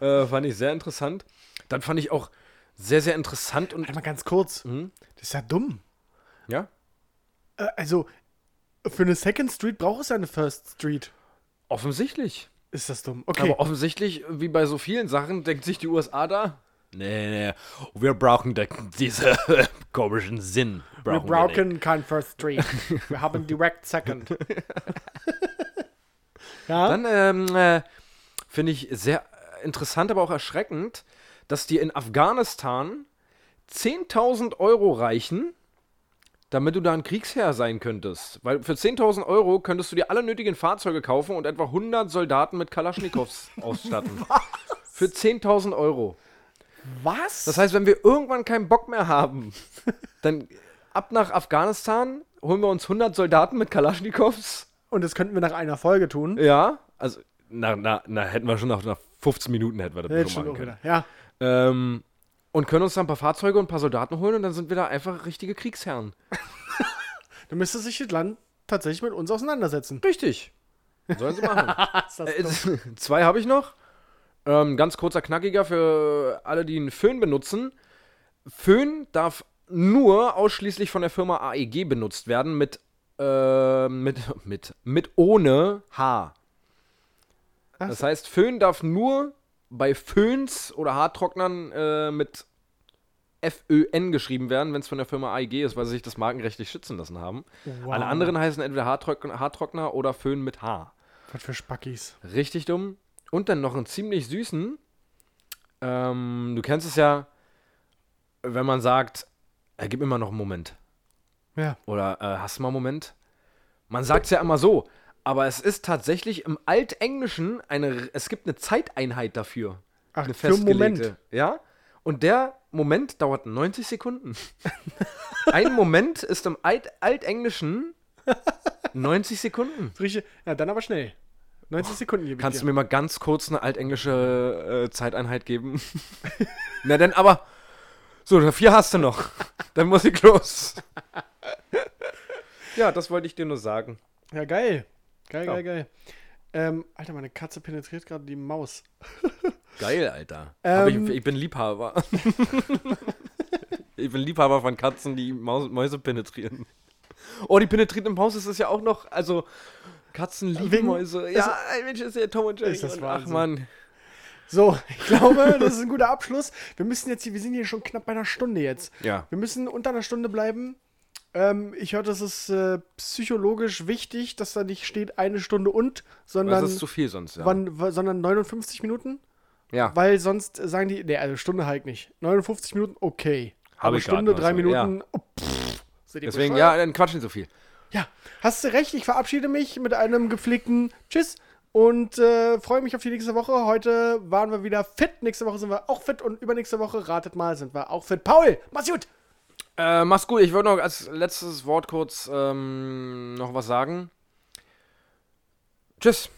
[SPEAKER 4] Äh, fand ich sehr interessant. Dann fand ich auch sehr, sehr interessant und.
[SPEAKER 3] Warte Halt mal ganz kurz.
[SPEAKER 4] Mhm.
[SPEAKER 3] Das ist ja dumm.
[SPEAKER 4] Ja?
[SPEAKER 3] Äh, also, für eine Second Street braucht es ja eine First Street.
[SPEAKER 4] Offensichtlich.
[SPEAKER 3] Ist das dumm. Okay.
[SPEAKER 4] Aber offensichtlich, wie bei so vielen Sachen, denkt sich die USA da, Nee, nee. Wir brauchen da, diese <laughs> komischen Sinn.
[SPEAKER 3] Wir
[SPEAKER 4] Brauchen nicht.
[SPEAKER 3] brauchen kein First
[SPEAKER 4] <laughs>
[SPEAKER 3] Street. Wir haben Direct Second. ja?
[SPEAKER 4] Dann ähm, äh, finde ich sehr interessant, aber auch erschreckend, dass dir in Afghanistan 10.000 Euro reichen, damit du da ein Kriegsherr sein könntest. Weil für 10.000 Euro könntest du dir alle nötigen Fahrzeuge kaufen und etwa 100 Soldaten mit
[SPEAKER 3] <laughs>
[SPEAKER 4] Kalaschnikows ausstatten. Für 10.000 Euro.
[SPEAKER 3] was?
[SPEAKER 4] Das heißt, wenn wir irgendwann keinen Bock mehr <laughs> haben, dann ab nach Afghanistan holen wir uns 100 Soldaten mit Kalaschnikows
[SPEAKER 3] Und das könnten wir nach einer Folge tun.
[SPEAKER 4] ja, also, na, na, na, hätten wir schon nach, nach 15 Minuten hätten wir das
[SPEAKER 3] Jetzt
[SPEAKER 4] schon machen
[SPEAKER 3] schon auch
[SPEAKER 4] können.
[SPEAKER 3] wieder. Ja.
[SPEAKER 4] Ähm, und können uns da ein paar Fahrzeuge und ein paar Soldaten holen und dann sind wir da einfach richtige Kriegsherren.
[SPEAKER 3] Du müsstest sich das Land tatsächlich mit uns auseinandersetzen.
[SPEAKER 4] Richtig. Sollen sie machen.
[SPEAKER 3] Was das
[SPEAKER 4] äh, <laughs> zwei habe ich noch. Ähm, ganz kurzer Knackiger für alle, die einen Föhn benutzen. Föhn darf nur ausschließlich von der Firma AEG benutzt werden mit, äh, mit, <laughs> mit, mit ohne H.
[SPEAKER 3] Ach
[SPEAKER 4] Das heißt, Föhn darf nur bei Föhns oder Haartrocknern äh, mit FÖN geschrieben werden, wenn es von der Firma AEG ist, weil sie sich das markenrechtlich schützen lassen haben. Alle anderen heißen entweder Haartrockner, Haartrockner oder Föhn mit H.
[SPEAKER 3] Was für Spackis.
[SPEAKER 4] Richtig dumm. Und dann noch einen ziemlich süßen. Ähm, du kennst es ja, wenn man sagt, äh, gib mir mal noch einen Moment.
[SPEAKER 3] Ja.
[SPEAKER 4] Oder äh, hast du mal einen Moment? Man sagt es ja immer so, aber es ist tatsächlich im Altenglischen eine, es gibt eine Zeiteinheit dafür.
[SPEAKER 3] Ach,
[SPEAKER 4] eine
[SPEAKER 3] für einen
[SPEAKER 4] festgelegte.
[SPEAKER 3] Moment.
[SPEAKER 4] Ja. Und der Moment dauert 90
[SPEAKER 3] <laughs>
[SPEAKER 4] Sekunden. Ein Moment ist im Alt Altenglischen 90 Sekunden.
[SPEAKER 3] Rieche. Ja, dann aber schnell. 90 Sekunden gebe ich
[SPEAKER 4] Kannst du
[SPEAKER 3] dir.
[SPEAKER 4] mir mal ganz kurz eine altenglische äh, Zeiteinheit geben? <laughs> Na denn, aber. So, vier hast du <laughs> noch. Dann muss ich los. ja, das wollte ich dir nur sagen.
[SPEAKER 3] Ja, geil. Geil,
[SPEAKER 4] Ja.
[SPEAKER 3] geil, geil. Ähm, Alter, meine Katze penetriert gerade die Maus.
[SPEAKER 4] Geil, Alter.
[SPEAKER 3] Aber
[SPEAKER 4] ich, ich bin Liebhaber. <laughs> ich bin Liebhaber von Katzen, die Maus, Mäuse penetrieren. Oh, die penetrieren im Haus ist es ja auch noch. Also, Katzen lieben
[SPEAKER 3] Wegen-
[SPEAKER 4] Mäuse.
[SPEAKER 3] ist
[SPEAKER 4] Ja, Mensch, ist ja Tom und Jerry.
[SPEAKER 3] Ist das
[SPEAKER 4] und, ach,
[SPEAKER 3] Wahnsinn.
[SPEAKER 4] Mann.
[SPEAKER 3] So, <laughs> ich glaube, das ist ein guter Abschluss. Wir müssen jetzt hier, wir sind hier schon knapp bei einer Stunde jetzt.
[SPEAKER 4] Ja.
[SPEAKER 3] Wir müssen unter einer Stunde bleiben. Ähm, ich hörte, es ist äh, psychologisch wichtig, dass da nicht steht eine Stunde und, sondern,
[SPEAKER 4] Das ist zu viel sonst, ja.
[SPEAKER 3] wann, w- sondern 59 Minuten.
[SPEAKER 4] ja.
[SPEAKER 3] Weil sonst sagen die, nee, also Stunde halt nicht. 59 Minuten, okay.
[SPEAKER 4] Hab
[SPEAKER 3] Aber
[SPEAKER 4] ich grad
[SPEAKER 3] Stunde,
[SPEAKER 4] noch
[SPEAKER 3] drei
[SPEAKER 4] so,
[SPEAKER 3] Minuten, oh, pff, seid ihr
[SPEAKER 4] Deswegen, ja,
[SPEAKER 3] bescheuert?
[SPEAKER 4] dann quatsch nicht so viel.
[SPEAKER 3] ja. Hast du recht, ich verabschiede mich mit einem gepflegten Tschüss und äh, freue mich auf die nächste Woche. Heute waren wir wieder fit, nächste Woche sind wir auch fit und übernächste Woche, ratet mal, sind wir auch fit. Paul, mach's gut!
[SPEAKER 4] Äh, mach's gut. Ich würde noch als letztes Wort kurz ähm, noch was sagen. Tschüss.